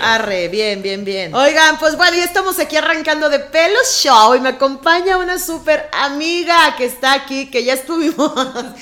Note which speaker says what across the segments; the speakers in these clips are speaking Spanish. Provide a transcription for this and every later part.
Speaker 1: Arre, bien, bien, bien. Oigan, pues bueno, ya estamos aquí arrancando de Pelo Show y me acompaña una súper amiga que está aquí, que ya estuvimos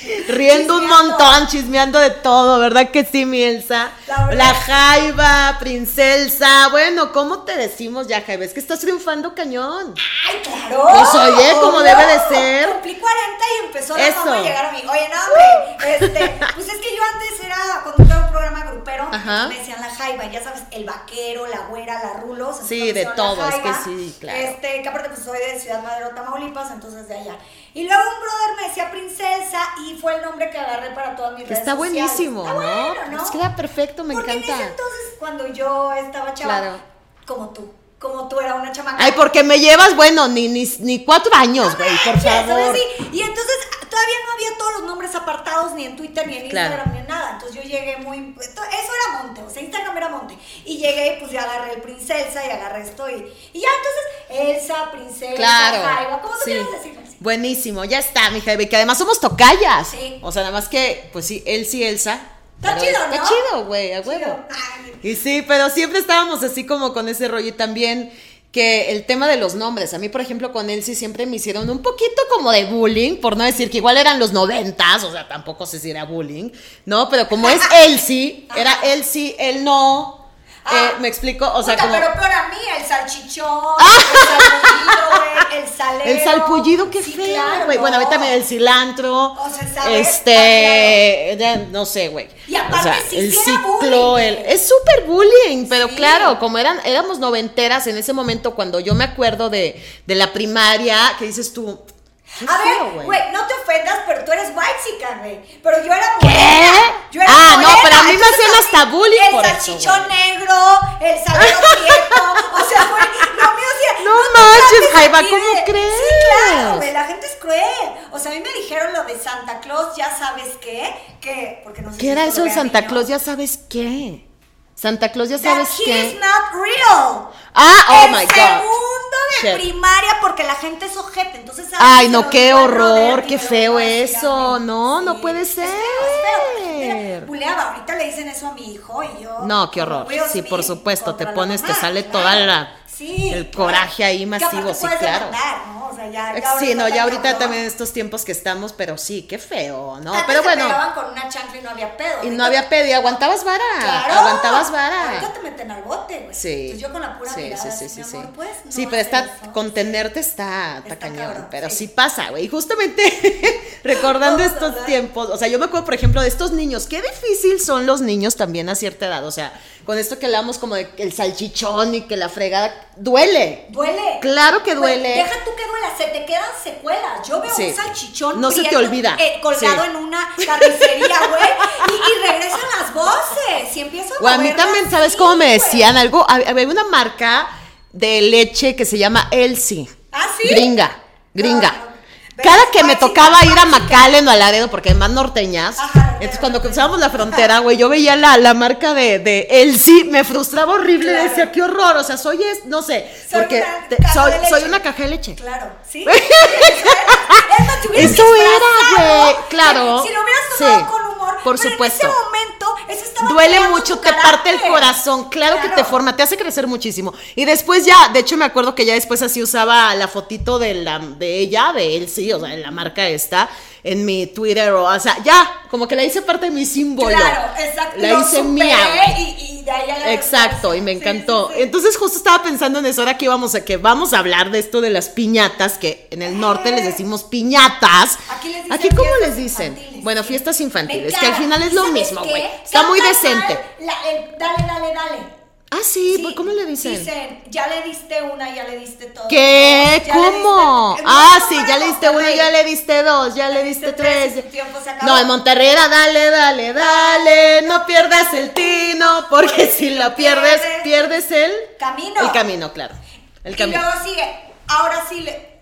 Speaker 1: riendo un montón, chismeando de todo, ¿verdad que sí, Mielsa?
Speaker 2: La
Speaker 1: La,
Speaker 2: verdad.
Speaker 1: Jaiba, Princelsa, bueno, ¿cómo te decimos ya, Jaiba? Es que estás triunfando cañón.
Speaker 2: ¡Ay, claro!
Speaker 1: Pues, oye, como debe de ser.
Speaker 2: Cumplí 40 y empezó la
Speaker 1: Eso. Uh.
Speaker 2: fama a llegar a mí. Oye, no, hombre, este, pues es que yo antes era conductora de un programa grupero,
Speaker 1: Ajá.
Speaker 2: me decían la jaiba, ya sabes, el vaquero, la güera, la rulos.
Speaker 1: Sí,
Speaker 2: entonces
Speaker 1: de
Speaker 2: yo la
Speaker 1: todo, es
Speaker 2: jaiba,
Speaker 1: que sí, claro.
Speaker 2: Este, que aparte pues soy de Ciudad Madero, Tamaulipas, entonces de allá. Y luego un brother me decía princesa y fue el nombre que agarré para todas mis
Speaker 1: Que
Speaker 2: redes
Speaker 1: está
Speaker 2: sociales.
Speaker 1: buenísimo,
Speaker 2: Está
Speaker 1: ¿no?
Speaker 2: bueno, ¿no?
Speaker 1: Pues queda perfecto, me
Speaker 2: Porque en ese
Speaker 1: encanta.
Speaker 2: entonces, cuando yo estaba chava,
Speaker 1: Claro.
Speaker 2: como tú, como tú era una chamaca.
Speaker 1: Ay, porque me llevas, bueno, ni, ni, ni cuatro años, pues, güey, por
Speaker 2: manches,
Speaker 1: favor.
Speaker 2: ahora sí. Y entonces todavía no había todos los nombres apartados ni en Twitter, ni en
Speaker 1: Claro.
Speaker 2: Instagram, ni en nada. Entonces yo llegué muy. to- Eso era monte, o sea, Instagram era monte. Y llegué y pues ya agarré el Princelsa y agarré esto. Y, y ya entonces, Elsa, Princesa,
Speaker 1: Claro.
Speaker 2: Jaiba, ¿cómo tú
Speaker 1: sí.
Speaker 2: quieres decirlo? Sí.
Speaker 1: Buenísimo, ya está, mi Jaime, que además somos tocallas.
Speaker 2: Sí.
Speaker 1: O sea, nada más que, pues sí, él sí, Elsa.
Speaker 2: Está
Speaker 1: pero
Speaker 2: chido,
Speaker 1: Está
Speaker 2: ¿no?
Speaker 1: chido, güey, a huevo.
Speaker 2: Chido. Ay,
Speaker 1: Y sí, pero siempre estábamos así como con ese rollo y también que el tema de los nombres, a mí por ejemplo con Elsie siempre me hicieron un poquito como de bullying, por no decir que igual eran los noventas, o sea, tampoco sé si era bullying, ¿no? Pero como es Elsie, era Elsie, él no,
Speaker 2: Ah.
Speaker 1: eh, me explico, o sea,
Speaker 2: puta,
Speaker 1: como...
Speaker 2: pero para mí, el salchichón, el salpullido, güey, el salero.
Speaker 1: El salpullido, qué
Speaker 2: Sí,
Speaker 1: feo,
Speaker 2: claro,
Speaker 1: güey. Bueno, ahorita me el cilantro.
Speaker 2: O sea, ¿sabes?
Speaker 1: Este, de- no sé, güey.
Speaker 2: Y aparte, sí,
Speaker 1: el
Speaker 2: sí era
Speaker 1: ciclo,
Speaker 2: bullying.
Speaker 1: el- es súper bullying, pero
Speaker 2: Sí.
Speaker 1: claro, como eran, éramos noventeras en ese momento cuando yo me acuerdo de, de la primaria, que dices tú, qué
Speaker 2: A
Speaker 1: feo,
Speaker 2: ver, güey, no te ofendas, pero tú eres white chica, güey. Pero yo era
Speaker 1: ¿Qué?
Speaker 2: morena. Yo era
Speaker 1: Ah, no,
Speaker 2: morena,
Speaker 1: pero a mí me
Speaker 2: entonces
Speaker 1: hacían
Speaker 2: a
Speaker 1: hasta bullying
Speaker 2: El
Speaker 1: por eso,
Speaker 2: salchichón negro, el salero prieto. o sea, güey, lo mío sí era-
Speaker 1: No
Speaker 2: te
Speaker 1: manches,
Speaker 2: trates de
Speaker 1: Jaiba,
Speaker 2: aquí
Speaker 1: ¿cómo
Speaker 2: de-
Speaker 1: crees?
Speaker 2: Sí, claro, güey, la gente es cruel. O sea, a mí me dijeron lo de Santa Claus, ya sabes qué. Que, porque no sé si
Speaker 1: ¿qué era
Speaker 2: tú lo
Speaker 1: eso de
Speaker 2: veas,
Speaker 1: Santa
Speaker 2: niño.
Speaker 1: Claus? Ya sabes qué. Santa Claus, ya
Speaker 2: That
Speaker 1: sabes
Speaker 2: he is
Speaker 1: qué.
Speaker 2: not real.
Speaker 1: Ah, oh
Speaker 2: el
Speaker 1: my God.
Speaker 2: segundo de
Speaker 1: Shit.
Speaker 2: primaria porque la gente es ojete, entonces... a
Speaker 1: Ay,
Speaker 2: mí se
Speaker 1: no,
Speaker 2: lo
Speaker 1: qué
Speaker 2: dijo a
Speaker 1: horror,
Speaker 2: Robert y
Speaker 1: qué
Speaker 2: me lo
Speaker 1: feo
Speaker 2: dijo a decir
Speaker 1: eso.
Speaker 2: a mí.
Speaker 1: No, no puede
Speaker 2: es feo,
Speaker 1: ser.
Speaker 2: es feo. Mira, buleaba, ahorita le dicen eso a mi hijo y yo...
Speaker 1: No, qué horror.
Speaker 2: Will
Speaker 1: Sí,
Speaker 2: Smith
Speaker 1: por supuesto,
Speaker 2: contra
Speaker 1: te
Speaker 2: la
Speaker 1: pones, te
Speaker 2: mamá,
Speaker 1: sale
Speaker 2: claro.
Speaker 1: toda la-
Speaker 2: Sí,
Speaker 1: el
Speaker 2: claro.
Speaker 1: coraje ahí
Speaker 2: Que
Speaker 1: masivo,
Speaker 2: aparte
Speaker 1: sí,
Speaker 2: puedes
Speaker 1: claro.
Speaker 2: demandar, ¿no? O sea, ya- ya
Speaker 1: Eh, Sí, no,
Speaker 2: está
Speaker 1: ya ahorita
Speaker 2: cabrón.
Speaker 1: también en estos tiempos que estamos, pero sí, qué feo, ¿no?
Speaker 2: Antes
Speaker 1: Pero
Speaker 2: te
Speaker 1: bueno,
Speaker 2: pegaban con una chancla y no había pedo.
Speaker 1: y no
Speaker 2: ahorita
Speaker 1: había pedo, y aguantabas vara,
Speaker 2: Claro.
Speaker 1: aguantabas
Speaker 2: Ahorita
Speaker 1: vara.
Speaker 2: te meten al bote, güey.
Speaker 1: Sí.
Speaker 2: Entonces yo con la pura
Speaker 1: sí,
Speaker 2: mirada,
Speaker 1: sí,
Speaker 2: así,
Speaker 1: sí, sí,
Speaker 2: mi
Speaker 1: sí.
Speaker 2: amor, pues, no
Speaker 1: sí, pero
Speaker 2: hacer
Speaker 1: está,
Speaker 2: eso.
Speaker 1: contenerte está, está
Speaker 2: Está
Speaker 1: cañón,
Speaker 2: cabrón,
Speaker 1: pero sí,
Speaker 2: sí.
Speaker 1: pasa, güey. Y justamente recordando
Speaker 2: Vamos a
Speaker 1: estos
Speaker 2: hablar.
Speaker 1: tiempos, o sea, yo me acuerdo, por ejemplo, de estos niños, qué difícil son los niños también a cierta edad, o sea, con esto que hablamos como de que el salchichón y que la fregada, duele.
Speaker 2: Duele.
Speaker 1: Claro que
Speaker 2: Güey,
Speaker 1: duele.
Speaker 2: Deja tú que duela, se te quedan secuelas. Yo veo
Speaker 1: Sí.
Speaker 2: un salchichón
Speaker 1: No se te
Speaker 2: prieto,
Speaker 1: olvida.
Speaker 2: eh, colgado
Speaker 1: Sí.
Speaker 2: en una carnicería, güey. Y, y regresan las voces. Y empiezo a
Speaker 1: O a mí
Speaker 2: moverlas
Speaker 1: también, ¿sabes
Speaker 2: así,
Speaker 1: cómo me
Speaker 2: güey.
Speaker 1: decían? Algo, hab- había una marca de leche que se llama Elsie.
Speaker 2: ¿Ah, sí?
Speaker 1: Gringa, gringa.
Speaker 2: Ah, no.
Speaker 1: Cada
Speaker 2: ¿Ves?
Speaker 1: que me
Speaker 2: Guachica,
Speaker 1: tocaba ir a
Speaker 2: guachica.
Speaker 1: McAllen o a Laredo, porque además norteñas,
Speaker 2: Ajá, norteñas.
Speaker 1: entonces cuando cruzábamos la frontera, güey, yo veía la, la marca de, de Elsie, me frustraba horrible,
Speaker 2: Claro.
Speaker 1: decía, qué horror, o sea, soy, es, no sé,
Speaker 2: Soy
Speaker 1: porque
Speaker 2: una
Speaker 1: te-
Speaker 2: caja
Speaker 1: soy,
Speaker 2: de
Speaker 1: soy
Speaker 2: leche.
Speaker 1: una caja de leche.
Speaker 2: Claro, sí. Eso era. Es más, te hubieras
Speaker 1: Eso era,
Speaker 2: disfrazado,
Speaker 1: güey, claro.
Speaker 2: Si lo hubieras tomado
Speaker 1: Sí,
Speaker 2: con humor.
Speaker 1: por
Speaker 2: pero
Speaker 1: supuesto.
Speaker 2: En ese momento, eso estaba
Speaker 1: Duele
Speaker 2: creando
Speaker 1: mucho,
Speaker 2: tu
Speaker 1: te parte el
Speaker 2: carácter.
Speaker 1: corazón, claro, que te forma, te hace crecer muchísimo. Y después ya, de hecho me acuerdo que ya después así usaba la fotito de la de ella, de él, sí, o sea, de la marca esta, en mi Twitter, o, o sea, ya, como que la hice parte de mi símbolo.
Speaker 2: Claro, exacto.
Speaker 1: La
Speaker 2: lo
Speaker 1: hice
Speaker 2: superé
Speaker 1: mía. güey.
Speaker 2: Y, y de ahí agarré
Speaker 1: Exacto, y me
Speaker 2: fuerza.
Speaker 1: encantó.
Speaker 2: Sí, sí, sí.
Speaker 1: Entonces justo estaba pensando en eso, ahora que íbamos a que vamos a hablar de esto de las piñatas, que en el norte les decimos piñatas.
Speaker 2: Eh. Aquí les dicen
Speaker 1: Aquí cómo
Speaker 2: fiestas
Speaker 1: les dicen?
Speaker 2: infantiles,
Speaker 1: bueno,
Speaker 2: sí.
Speaker 1: fiestas
Speaker 2: Me
Speaker 1: infantiles, que al
Speaker 2: encanta.
Speaker 1: final es lo
Speaker 2: ¿Sabes
Speaker 1: mismo,
Speaker 2: qué?
Speaker 1: güey. Está muy
Speaker 2: Cantan
Speaker 1: decente.
Speaker 2: mal la- el dale, dale, dale.
Speaker 1: Ah, sí,
Speaker 2: Sí,
Speaker 1: pues, ¿cómo le dicen?
Speaker 2: Dicen, ya le diste una, ya le diste todo.
Speaker 1: ¿Qué?
Speaker 2: Ya le diste-
Speaker 1: ¿Cómo?
Speaker 2: No,
Speaker 1: ah,
Speaker 2: no,
Speaker 1: sí,
Speaker 2: no,
Speaker 1: ya
Speaker 2: no,
Speaker 1: le diste uno,
Speaker 2: Monterrey.
Speaker 1: ya le diste dos, ya le diste
Speaker 2: este
Speaker 1: tres.
Speaker 2: y tu tiempo se acabó.
Speaker 1: No, en Monterrey era dale, dale, dale, no pierdas el tino, porque si lo pierdes, pierdes el
Speaker 2: Camino.
Speaker 1: El camino, claro. El
Speaker 2: Y
Speaker 1: camino.
Speaker 2: luego sigue, ahora sí le...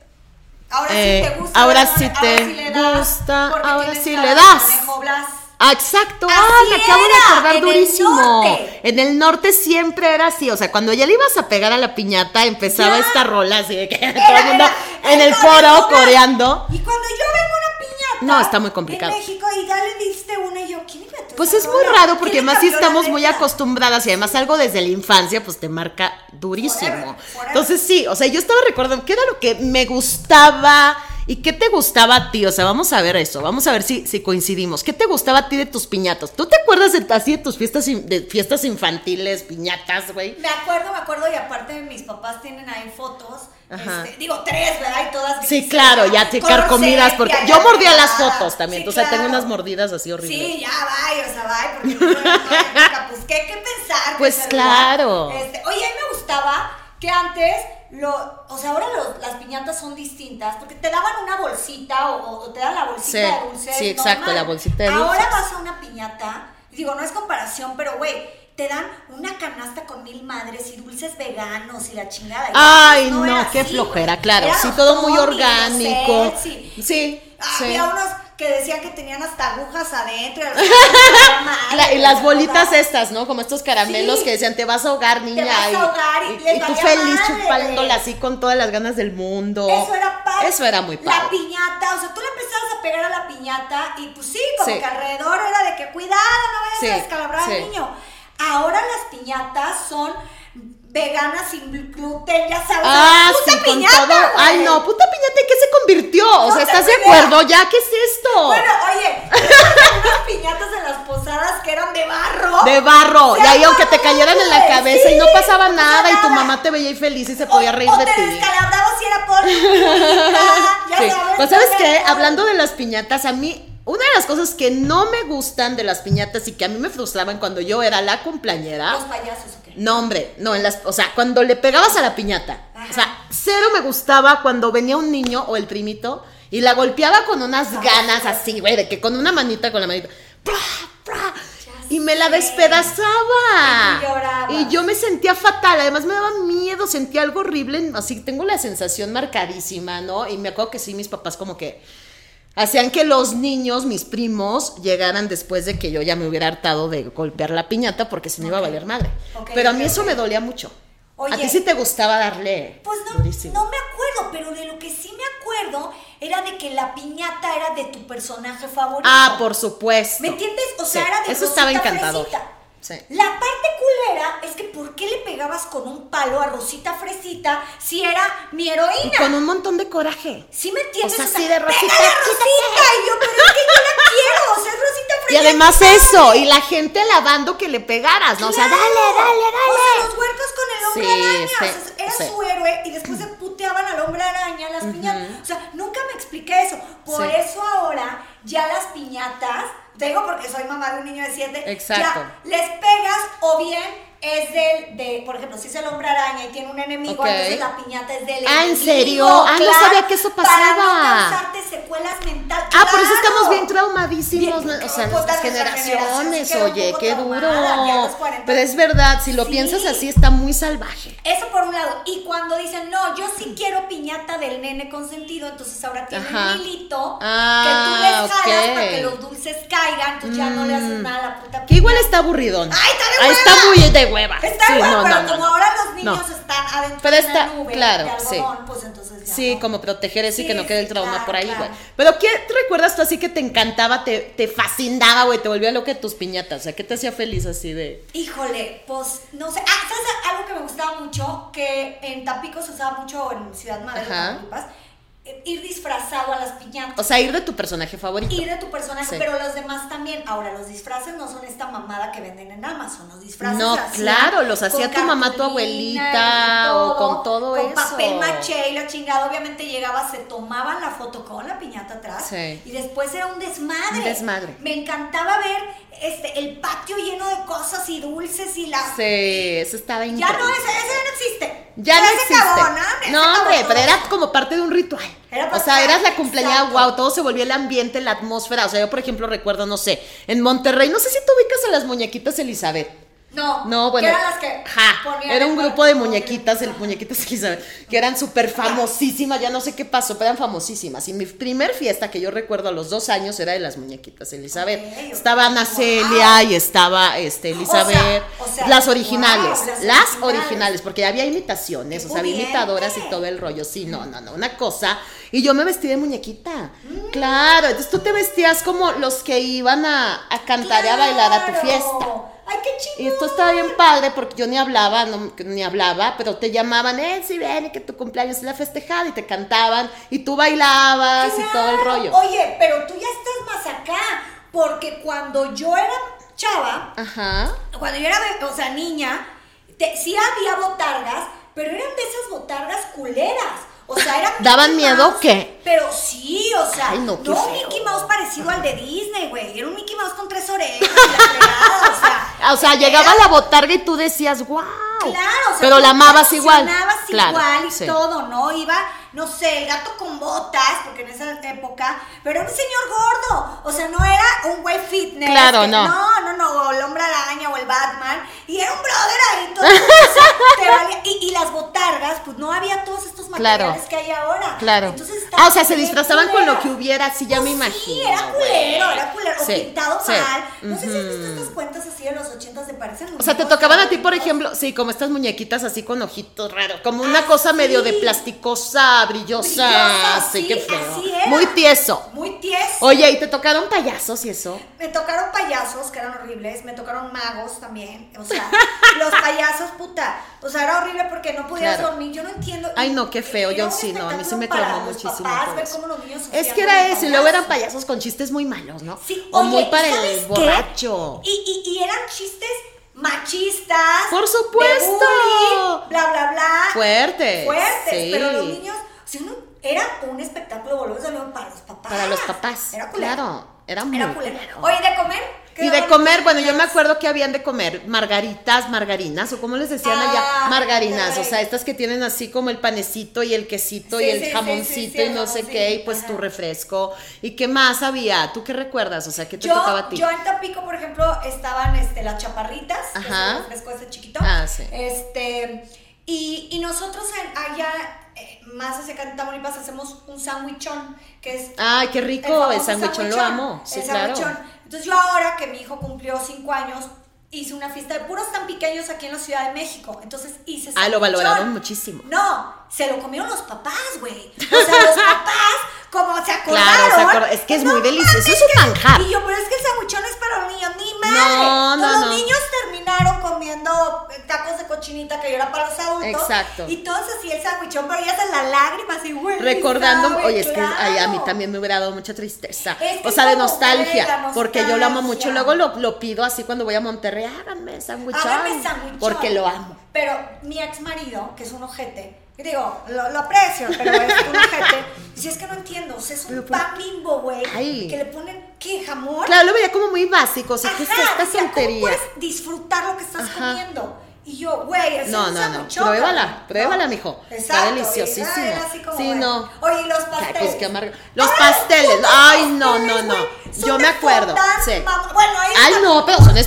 Speaker 2: Ahora sí
Speaker 1: Eh,
Speaker 2: te gusta.
Speaker 1: ahora
Speaker 2: ¿verdad?
Speaker 1: sí te
Speaker 2: le das,
Speaker 1: gusta,
Speaker 2: porque
Speaker 1: ahora
Speaker 2: tienes
Speaker 1: sí
Speaker 2: cara
Speaker 1: le
Speaker 2: de
Speaker 1: das.
Speaker 2: conejo Blas.
Speaker 1: Ah, exacto.
Speaker 2: Así
Speaker 1: ah, me acabo de
Speaker 2: era,
Speaker 1: acordar
Speaker 2: en el
Speaker 1: durísimo.
Speaker 2: norte.
Speaker 1: en el norte siempre era así. O sea, cuando ya le ibas a pegar a la piñata, empezaba
Speaker 2: Ya.
Speaker 1: esta rola así de que todo
Speaker 2: Era-
Speaker 1: el mundo
Speaker 2: era-
Speaker 1: en el
Speaker 2: era
Speaker 1: coro
Speaker 2: una-
Speaker 1: coreando.
Speaker 2: Y cuando yo vengo a una piñata,
Speaker 1: No, está muy complicado.
Speaker 2: En México y ya le diste una y yo, ¿quién inventó
Speaker 1: Pues
Speaker 2: esa
Speaker 1: es muy
Speaker 2: rola?
Speaker 1: raro porque
Speaker 2: ¿Quién le
Speaker 1: más si
Speaker 2: cambió la
Speaker 1: estamos muy
Speaker 2: letra?
Speaker 1: acostumbradas y además algo desde la infancia pues te marca durísimo.
Speaker 2: Forever, forever.
Speaker 1: Entonces sí, o sea, yo estaba recordando qué era lo que me gustaba y qué te gustaba a ti, o sea, vamos a ver eso, vamos a ver si, si coincidimos. ¿Qué te gustaba a ti de tus piñatas? ¿Tú te acuerdas de, así de tus fiestas, in- de fiestas infantiles, piñatas, güey?
Speaker 2: Me acuerdo, me acuerdo, y aparte mis papás tienen ahí fotos,
Speaker 1: Ajá.
Speaker 2: este, digo tres, ¿verdad? Y todas
Speaker 1: Sí,
Speaker 2: grises,
Speaker 1: claro,
Speaker 2: ¿verdad?
Speaker 1: ya te
Speaker 2: Con
Speaker 1: comidas
Speaker 2: sepia,
Speaker 1: porque
Speaker 2: ya
Speaker 1: yo mordía las
Speaker 2: nada.
Speaker 1: fotos también,
Speaker 2: Sí,
Speaker 1: entonces o sea, tengo
Speaker 2: claro.
Speaker 1: unas mordidas así horribles.
Speaker 2: Sí, ya va, o sea, va, porque no, no, no, no, pues qué hay que pensar. qué
Speaker 1: Pues
Speaker 2: celular.
Speaker 1: claro.
Speaker 2: Este, oye, a mí me gustaba que antes, lo, o sea, ahora los- las piñatas son distintas, porque te daban una bolsita o, o- o te dan la bolsita
Speaker 1: Sí,
Speaker 2: de dulce.
Speaker 1: sí, exacto, la bolsita de
Speaker 2: Ahora
Speaker 1: dulces.
Speaker 2: vas a una piñata, digo, no es comparación, pero güey. Te dan una canasta con mil madres y dulces veganos y la chingada. Y
Speaker 1: Ay,
Speaker 2: antes
Speaker 1: no,
Speaker 2: era
Speaker 1: qué
Speaker 2: así, güey.
Speaker 1: flojera, claro.
Speaker 2: Eran
Speaker 1: Sí,
Speaker 2: los
Speaker 1: todo muy
Speaker 2: Tommy, los
Speaker 1: orgánico.
Speaker 2: Celsi.
Speaker 1: Sí, sí.
Speaker 2: Ah, Había unos que decían que tenían hasta agujas adentro. y al final, madre,
Speaker 1: Cla- y las bolitas
Speaker 2: ¿verdad?
Speaker 1: estas, ¿no? Como estos caramelos
Speaker 2: Sí.
Speaker 1: que decían, te vas a ahogar, niña.
Speaker 2: vas a
Speaker 1: y-
Speaker 2: ahogar y les
Speaker 1: tú
Speaker 2: valía
Speaker 1: feliz
Speaker 2: madre.
Speaker 1: chupándola así con todas las ganas del mundo.
Speaker 2: Eso era padre.
Speaker 1: Eso era muy
Speaker 2: La
Speaker 1: padre.
Speaker 2: piñata, o sea, tú le empezabas a pegar a la piñata y pues sí, como
Speaker 1: Sí.
Speaker 2: que alrededor era de que cuidado, no vayas
Speaker 1: Sí,
Speaker 2: a descalabrar
Speaker 1: sí.
Speaker 2: al niño. Ahora las piñatas son veganas sin gluten, ya sabes.
Speaker 1: Ah,
Speaker 2: o sea,
Speaker 1: sí,
Speaker 2: puta
Speaker 1: con
Speaker 2: piñata,
Speaker 1: todo. Ay,
Speaker 2: güey.
Speaker 1: no, puta piñata, ¿en qué se convirtió? o
Speaker 2: No
Speaker 1: sea,
Speaker 2: te
Speaker 1: ¿estás de
Speaker 2: creas.
Speaker 1: acuerdo? ¿Ya qué es esto?
Speaker 2: Bueno, oye, unas piñatas en las posadas que eran de barro.
Speaker 1: de barro,
Speaker 2: Se
Speaker 1: y ahí
Speaker 2: armaban
Speaker 1: aunque te cayeran en la
Speaker 2: madres,
Speaker 1: cabeza y no
Speaker 2: sí,
Speaker 1: pasaba
Speaker 2: no
Speaker 1: nada, y tu
Speaker 2: nada.
Speaker 1: mamá te veía y feliz y se
Speaker 2: O-
Speaker 1: podía reír
Speaker 2: o
Speaker 1: de ti.
Speaker 2: te descalabrabas si era por piñata, ya
Speaker 1: Sí.
Speaker 2: sabes.
Speaker 1: Pues sabes
Speaker 2: o sea,
Speaker 1: qué,
Speaker 2: no.
Speaker 1: hablando de las piñatas, a mí una de las cosas que no me gustan de las piñatas y que a mí me frustraban cuando yo era la
Speaker 2: Los
Speaker 1: cumpleañera,
Speaker 2: payasos, ¿o qué?
Speaker 1: no hombre, no en las, o sea, cuando le pegabas a la piñata,
Speaker 2: Ajá.
Speaker 1: o sea, cero me gustaba cuando venía un niño o el primito y la golpeaba con unas ganas así, güey, de que con una manita con la manita, ¡pra, pra!
Speaker 2: Ya
Speaker 1: Y me la
Speaker 2: sé.
Speaker 1: despedazaba.
Speaker 2: Y tú llorabas.
Speaker 1: Y yo me sentía fatal. Además, me daba miedo, sentía algo horrible. Así tengo la sensación marcadísima, ¿no? Y me acuerdo que sí, mis papás, como que hacían que los niños, mis primos, llegaran después de que yo ya me hubiera hartado de golpear la piñata porque si no iba a
Speaker 2: Ok.
Speaker 1: valer madre.
Speaker 2: Ok,
Speaker 1: Pero a mí
Speaker 2: ok,
Speaker 1: eso
Speaker 2: ok.
Speaker 1: me dolía mucho. a
Speaker 2: Oye.
Speaker 1: ti sí te gustaba darle.
Speaker 2: Pues no,
Speaker 1: durísimo.
Speaker 2: no me acuerdo, pero de lo que sí me acuerdo era de que la piñata era de tu personaje favorito.
Speaker 1: Ah, por supuesto.
Speaker 2: ¿Me entiendes? O sea,
Speaker 1: Sí,
Speaker 2: era de
Speaker 1: Eso estaba
Speaker 2: Rosita
Speaker 1: encantador.
Speaker 2: Fresita.
Speaker 1: Sí.
Speaker 2: La parte culera es que ¿por qué le pegabas con un palo a Rosita Fresita si era mi
Speaker 1: Y
Speaker 2: heroína?
Speaker 1: con un montón de coraje.
Speaker 2: ¿Sí me entiendes?
Speaker 1: O sea, sí, Pues, de Rosita,
Speaker 2: ¡Pégale a Rosita! Y yo, pero es que yo la quiero, o sea, es Rosita
Speaker 1: Y
Speaker 2: Fresita.
Speaker 1: además
Speaker 2: ¿qué
Speaker 1: eso, y la gente alabando que le pegaras, ¿no? O sea, dale,
Speaker 2: Claro.
Speaker 1: dale,
Speaker 2: O sea,
Speaker 1: dale.
Speaker 2: los huercos con el
Speaker 1: Sí,
Speaker 2: hombre araña. o sea,
Speaker 1: sí,
Speaker 2: era
Speaker 1: sí.
Speaker 2: su héroe y después se puteaban al hombre araña, las piñatas. O sea, nunca me expliqué eso. Por
Speaker 1: Sí.
Speaker 2: eso ahora ya las piñatas, te digo porque soy mamá de un niño de siete,
Speaker 1: Exacto.
Speaker 2: ya les pegas o bien. Es del, de, por ejemplo, si es el hombre araña y tiene un enemigo,
Speaker 1: Ok.
Speaker 2: entonces la piñata es del
Speaker 1: Ah, ¿en
Speaker 2: enemigo,
Speaker 1: serio? Ah, no sabía que eso
Speaker 2: Para no
Speaker 1: pasaba.
Speaker 2: causarte secuelas mentales.
Speaker 1: Ah, por eso
Speaker 2: ¡Claro!
Speaker 1: estamos bien traumadísimos,
Speaker 2: Bien,
Speaker 1: ¿no? o sea, nuestras
Speaker 2: pues, nuestra generación
Speaker 1: generaciones,
Speaker 2: sí quedó un
Speaker 1: oye,
Speaker 2: poco
Speaker 1: qué
Speaker 2: traumada, ya a los
Speaker 1: duro.
Speaker 2: 40.
Speaker 1: Pero es verdad, si lo
Speaker 2: Sí.
Speaker 1: piensas así está muy salvaje.
Speaker 2: Eso por un lado. Y cuando dicen, no, yo sí quiero piñata del nene consentido, entonces ahora tienen
Speaker 1: Ajá.
Speaker 2: un hilito
Speaker 1: Ah,
Speaker 2: que tú les jalas
Speaker 1: ok. Mm.
Speaker 2: para que los dulces caigan, entonces ya no le haces nada a la puta
Speaker 1: Que igual
Speaker 2: piñata.
Speaker 1: está aburridón.
Speaker 2: ¡Ay, está de
Speaker 1: Ah,
Speaker 2: hueva!
Speaker 1: Está muy de hueva.
Speaker 2: Está
Speaker 1: Sí,
Speaker 2: igual,
Speaker 1: no,
Speaker 2: pero
Speaker 1: no, no,
Speaker 2: como
Speaker 1: no.
Speaker 2: ahora los niños
Speaker 1: No.
Speaker 2: están adentro
Speaker 1: Pero
Speaker 2: de una
Speaker 1: está-
Speaker 2: nube
Speaker 1: claro,
Speaker 2: de algodón, pues entonces ya
Speaker 1: Sí,
Speaker 2: no.
Speaker 1: como proteger eso y
Speaker 2: Sí,
Speaker 1: que no quede el
Speaker 2: sí,
Speaker 1: trauma
Speaker 2: claro,
Speaker 1: por ahí, güey.
Speaker 2: claro.
Speaker 1: Pero ¿qué te recuerdas tú así que te encantaba, te, te fascinaba, güey? Te volvía loca de tus piñatas. O sea, ¿qué te hacía feliz así de...?
Speaker 2: Híjole, pues no sé. Ah, ¿sabes algo que me gustaba mucho? Que en Tampico se usaba mucho en Ciudad Madre,
Speaker 1: Ajá.
Speaker 2: Tamaulipas, eh, ir disfrazado a las piñatas.
Speaker 1: O sea, ir de tu personaje favorito.
Speaker 2: Y de tu personaje,
Speaker 1: Sí.
Speaker 2: pero los demás también. Ahora, los disfraces no son esta mamada que venden en Amazon. Los disfraces
Speaker 1: No,
Speaker 2: se hacían
Speaker 1: claro, los
Speaker 2: con
Speaker 1: hacía tu mamá, tu
Speaker 2: cartulina
Speaker 1: abuelita,
Speaker 2: y
Speaker 1: o con todo
Speaker 2: con
Speaker 1: eso.
Speaker 2: papel maché y la chingada. Obviamente llegaba, se tomaban la foto con la piñata atrás.
Speaker 1: Sí.
Speaker 2: Y después era un desmadre.
Speaker 1: Un desmadre.
Speaker 2: Me encantaba ver este, el patio lleno de cosas y dulces y las.
Speaker 1: Sí, eso estaba
Speaker 2: Ya
Speaker 1: increíble.
Speaker 2: no, ese, ese ya no existe.
Speaker 1: Ya no
Speaker 2: se
Speaker 1: existe.
Speaker 2: acabó, ¿no?
Speaker 1: no,
Speaker 2: Se acabó
Speaker 1: hombre,
Speaker 2: todo.
Speaker 1: pero era como parte de un ritual.
Speaker 2: Era
Speaker 1: o
Speaker 2: parte-
Speaker 1: sea, eras la cumpleañera,
Speaker 2: Exacto.
Speaker 1: wow, todo se volvió el ambiente, la atmósfera. O sea, yo, por ejemplo, recuerdo, no sé, en Monterrey, no sé si tú ubicas a las muñequitas Elizabeth.
Speaker 2: No,
Speaker 1: No, bueno.
Speaker 2: Que eran las que
Speaker 1: Ajá,
Speaker 2: ponían
Speaker 1: era
Speaker 2: el
Speaker 1: un
Speaker 2: cuerpo
Speaker 1: grupo de
Speaker 2: en Ah. el-
Speaker 1: muñequitas, el muñequitas Elizabeth, que eran súper famosísimas, ya no sé qué pasó, pero eran famosísimas. Y mi primer fiesta que yo recuerdo a los dos años era de las muñequitas Elizabeth.
Speaker 2: Ok, ok.
Speaker 1: Estaba Ana
Speaker 2: Wow.
Speaker 1: Celia y estaba este, Elizabeth.
Speaker 2: o sea,
Speaker 1: las originales,
Speaker 2: wow,
Speaker 1: las,
Speaker 2: las
Speaker 1: originales.
Speaker 2: originales.
Speaker 1: porque había imitaciones,
Speaker 2: Qué
Speaker 1: o sea, había
Speaker 2: pudiente. Mm.
Speaker 1: imitadoras y todo el rollo. Sí, no, no, no, una cosa. Y yo me vestí de muñequita. claro. Entonces tú te vestías como los que iban a, a cantar y a bailar a tu fiesta.
Speaker 2: Ay, qué
Speaker 1: Y
Speaker 2: chido.
Speaker 1: esto estaba bien padre porque yo ni hablaba, no, ni hablaba, pero te llamaban, eh, sí, ven, que tu cumpleaños es la festejada, y te cantaban, y tú bailabas, y todo el
Speaker 2: Claro.
Speaker 1: rollo.
Speaker 2: Oye, pero tú ya estás más acá, porque cuando yo era chava,
Speaker 1: Ajá.
Speaker 2: cuando yo era, be- o sea, niña, te- sí había botargas, pero eran de esas botargas culeras. O sea, eran
Speaker 1: ¿Daban
Speaker 2: Mickey
Speaker 1: miedo o
Speaker 2: Mouse,
Speaker 1: qué?
Speaker 2: Pero sí, o sea,
Speaker 1: Ay, no,
Speaker 2: no,
Speaker 1: qué feo.
Speaker 2: Mickey Mouse parecido al de Disney, güey. Era un Mickey Mouse con tres orejas y la fregada, o sea.
Speaker 1: Ah, O sea, llegaba la botarga y tú decías, wow.
Speaker 2: Claro, o sea,
Speaker 1: pero
Speaker 2: tú
Speaker 1: la amabas
Speaker 2: te
Speaker 1: igual.
Speaker 2: emocionabas
Speaker 1: Claro,
Speaker 2: igual y
Speaker 1: sí.
Speaker 2: todo, ¿no? Iba, no sé, el gato con botas, porque en esa época, pero era un señor gordo, o sea, no era un güey fitness.
Speaker 1: Claro,
Speaker 2: que-
Speaker 1: no.
Speaker 2: No, no, no, o el hombre araña o el Batman, y era un brother ahí, todo, o sea, te valía- y, y las botargas, pues no había todos estos
Speaker 1: Claro.
Speaker 2: materiales que hay ahora.
Speaker 1: Claro.
Speaker 2: Entonces, estaba
Speaker 1: ah, o sea, se
Speaker 2: bien
Speaker 1: disfrazaban con lo
Speaker 2: culera.
Speaker 1: que hubiera, así ya me
Speaker 2: Pues
Speaker 1: imagino.
Speaker 2: Sí, era culero, era culero, o
Speaker 1: Sí,
Speaker 2: pintado
Speaker 1: sí.
Speaker 2: mal. No sé si has visto
Speaker 1: Ujú.
Speaker 2: estas cuentas así de los ochentas de parecen
Speaker 1: O sea, te
Speaker 2: muñecos,
Speaker 1: tocaban a ti, por
Speaker 2: muñecos.
Speaker 1: ejemplo, sí, como estas muñequitas así con ojitos raros, como una
Speaker 2: Ah,
Speaker 1: cosa medio
Speaker 2: sí.
Speaker 1: de plasticosa, brillosa,
Speaker 2: Brillosa,
Speaker 1: así
Speaker 2: sí,
Speaker 1: que feo.
Speaker 2: así era.
Speaker 1: Muy tieso.
Speaker 2: Muy tieso.
Speaker 1: Oye, ¿y te tocaron payasos y eso?
Speaker 2: Me tocaron payasos que eran horribles, me tocaron magos también. O sea, los payasos, puta. O sea, era horrible porque no podías
Speaker 1: Claro.
Speaker 2: dormir. Yo no entiendo.
Speaker 1: Ay, no, qué feo,
Speaker 2: Era
Speaker 1: yo
Speaker 2: un
Speaker 1: sí, no, a mí sí me
Speaker 2: espectáculo
Speaker 1: traumó
Speaker 2: para los
Speaker 1: muchísimo
Speaker 2: Papás,
Speaker 1: todo
Speaker 2: ver
Speaker 1: eso.
Speaker 2: cómo los niños
Speaker 1: Es
Speaker 2: sufrían
Speaker 1: que
Speaker 2: con
Speaker 1: era
Speaker 2: el
Speaker 1: eso, y luego eran
Speaker 2: payaso.
Speaker 1: payasos con chistes muy malos, ¿no?
Speaker 2: Sí,
Speaker 1: o
Speaker 2: oye,
Speaker 1: muy para
Speaker 2: ¿sabes
Speaker 1: el
Speaker 2: qué?
Speaker 1: borracho.
Speaker 2: Y, y, y eran chistes machistas.
Speaker 1: Por
Speaker 2: de
Speaker 1: supuesto.
Speaker 2: bullying, bla, bla, bla.
Speaker 1: Fuertes.
Speaker 2: Fuertes.
Speaker 1: sí.
Speaker 2: Pero los niños, si uno, era un espectáculo volvemos a lo para los papás.
Speaker 1: Para los papás.
Speaker 2: ¡ah! Era culero.
Speaker 1: claro, era muy.
Speaker 2: Era culero.
Speaker 1: culero.
Speaker 2: Oye, ¿de comer? ¿Qué
Speaker 1: Mm. Y de
Speaker 2: daban?
Speaker 1: comer, bueno, yo me acuerdo que habían de comer margaritas, margarinas, o como les decían
Speaker 2: Ah,
Speaker 1: allá, margarinas, o
Speaker 2: caray.
Speaker 1: sea, estas que tienen así como el panecito y el quesito
Speaker 2: Sí,
Speaker 1: y el
Speaker 2: sí, sí,
Speaker 1: jamoncito
Speaker 2: sí, sí,
Speaker 1: y
Speaker 2: el
Speaker 1: no sé
Speaker 2: jamoncito,
Speaker 1: qué, y pues
Speaker 2: ajá.
Speaker 1: tu refresco. ¿Y qué más había? ¿Tú qué recuerdas? O sea, ¿qué te
Speaker 2: yo,
Speaker 1: tocaba a ti?
Speaker 2: yo en Tampico, por ejemplo, estaban este, las chaparritas, que
Speaker 1: Ajá.
Speaker 2: es el refresco ese chiquito.
Speaker 1: Ah, sí.
Speaker 2: Este, y, y nosotros en- allá, eh, más hacia acá en Tamaulipas, hacemos un sandwichón, que es
Speaker 1: Ay, qué
Speaker 2: el
Speaker 1: rico,
Speaker 2: famoso
Speaker 1: el sándwichón lo
Speaker 2: sandwichón,
Speaker 1: amo.
Speaker 2: el
Speaker 1: Sí, claro.
Speaker 2: sandwichón. Entonces yo ahora que mi hijo cumplió cinco años, hice una fiesta de puros tampiqueños aquí en la Ciudad de México. Entonces hice
Speaker 1: Ah, lo
Speaker 2: sandwichón.
Speaker 1: valoraron muchísimo.
Speaker 2: No, se lo comieron los papás, güey. O sea, los papás, como se acordaron.
Speaker 1: Claro, se acor- es que es muy delicioso,
Speaker 2: mames,
Speaker 1: es un
Speaker 2: que-
Speaker 1: manjar.
Speaker 2: Y yo, pero es que el sandwichón es para los niños, ni madre.
Speaker 1: No, no,
Speaker 2: Todos
Speaker 1: no.
Speaker 2: Los niños terminaron comiendo eh, tacos de cochinita que yo era para los adultos.
Speaker 1: Exacto.
Speaker 2: Y todos así el sandwichón, pero ya hacen las lágrimas y güey.
Speaker 1: Recordando,
Speaker 2: ¿sabe?
Speaker 1: oye, es que ay, a mí
Speaker 2: Claro.
Speaker 1: también me hubiera dado mucha tristeza.
Speaker 2: Es que
Speaker 1: o sea, de
Speaker 2: es como
Speaker 1: nostalgia,
Speaker 2: ver la
Speaker 1: Porque yo lo amo
Speaker 2: nostalgia.
Speaker 1: mucho. Luego lo, lo pido así cuando voy a Monterrey. Háganme sándwichón.
Speaker 2: Háganme sandwichón.
Speaker 1: Pues Porque lo amo.
Speaker 2: Pero mi ex marido, que es un ojete, digo, lo, lo aprecio, pero es un ojete. Si es que no entiendo, o sea, es un
Speaker 1: Pero por-
Speaker 2: pan bimbo, güey,
Speaker 1: Ay.
Speaker 2: que le ponen, ¿qué, jamón?
Speaker 1: Claro, lo veía como muy básico. O sea,
Speaker 2: Ajá,
Speaker 1: ¿qué es esta
Speaker 2: o sea, ¿cómo
Speaker 1: soltería?
Speaker 2: puedes disfrutar lo que estás
Speaker 1: Ajá.
Speaker 2: comiendo? Y yo, güey, es
Speaker 1: No,
Speaker 2: un
Speaker 1: no, no,
Speaker 2: sandwichón,
Speaker 1: pruébala,
Speaker 2: cabrón.
Speaker 1: pruébala, mijo. Está
Speaker 2: Exacto, y,
Speaker 1: deliciosísimo.
Speaker 2: ah, era así como,
Speaker 1: Sí,
Speaker 2: bueno.
Speaker 1: no.
Speaker 2: Oye, ¿y los
Speaker 1: Ay,
Speaker 2: pasteles.
Speaker 1: pues qué amargo. Los
Speaker 2: Ah,
Speaker 1: pasteles.
Speaker 2: putos
Speaker 1: Ay, no, no,
Speaker 2: pasteles,
Speaker 1: no.
Speaker 2: güey, son
Speaker 1: Yo
Speaker 2: de
Speaker 1: me acuerdo.
Speaker 2: fondant,
Speaker 1: Sí.
Speaker 2: mamá. Bueno, ahí
Speaker 1: Ay,
Speaker 2: está.
Speaker 1: no, pero son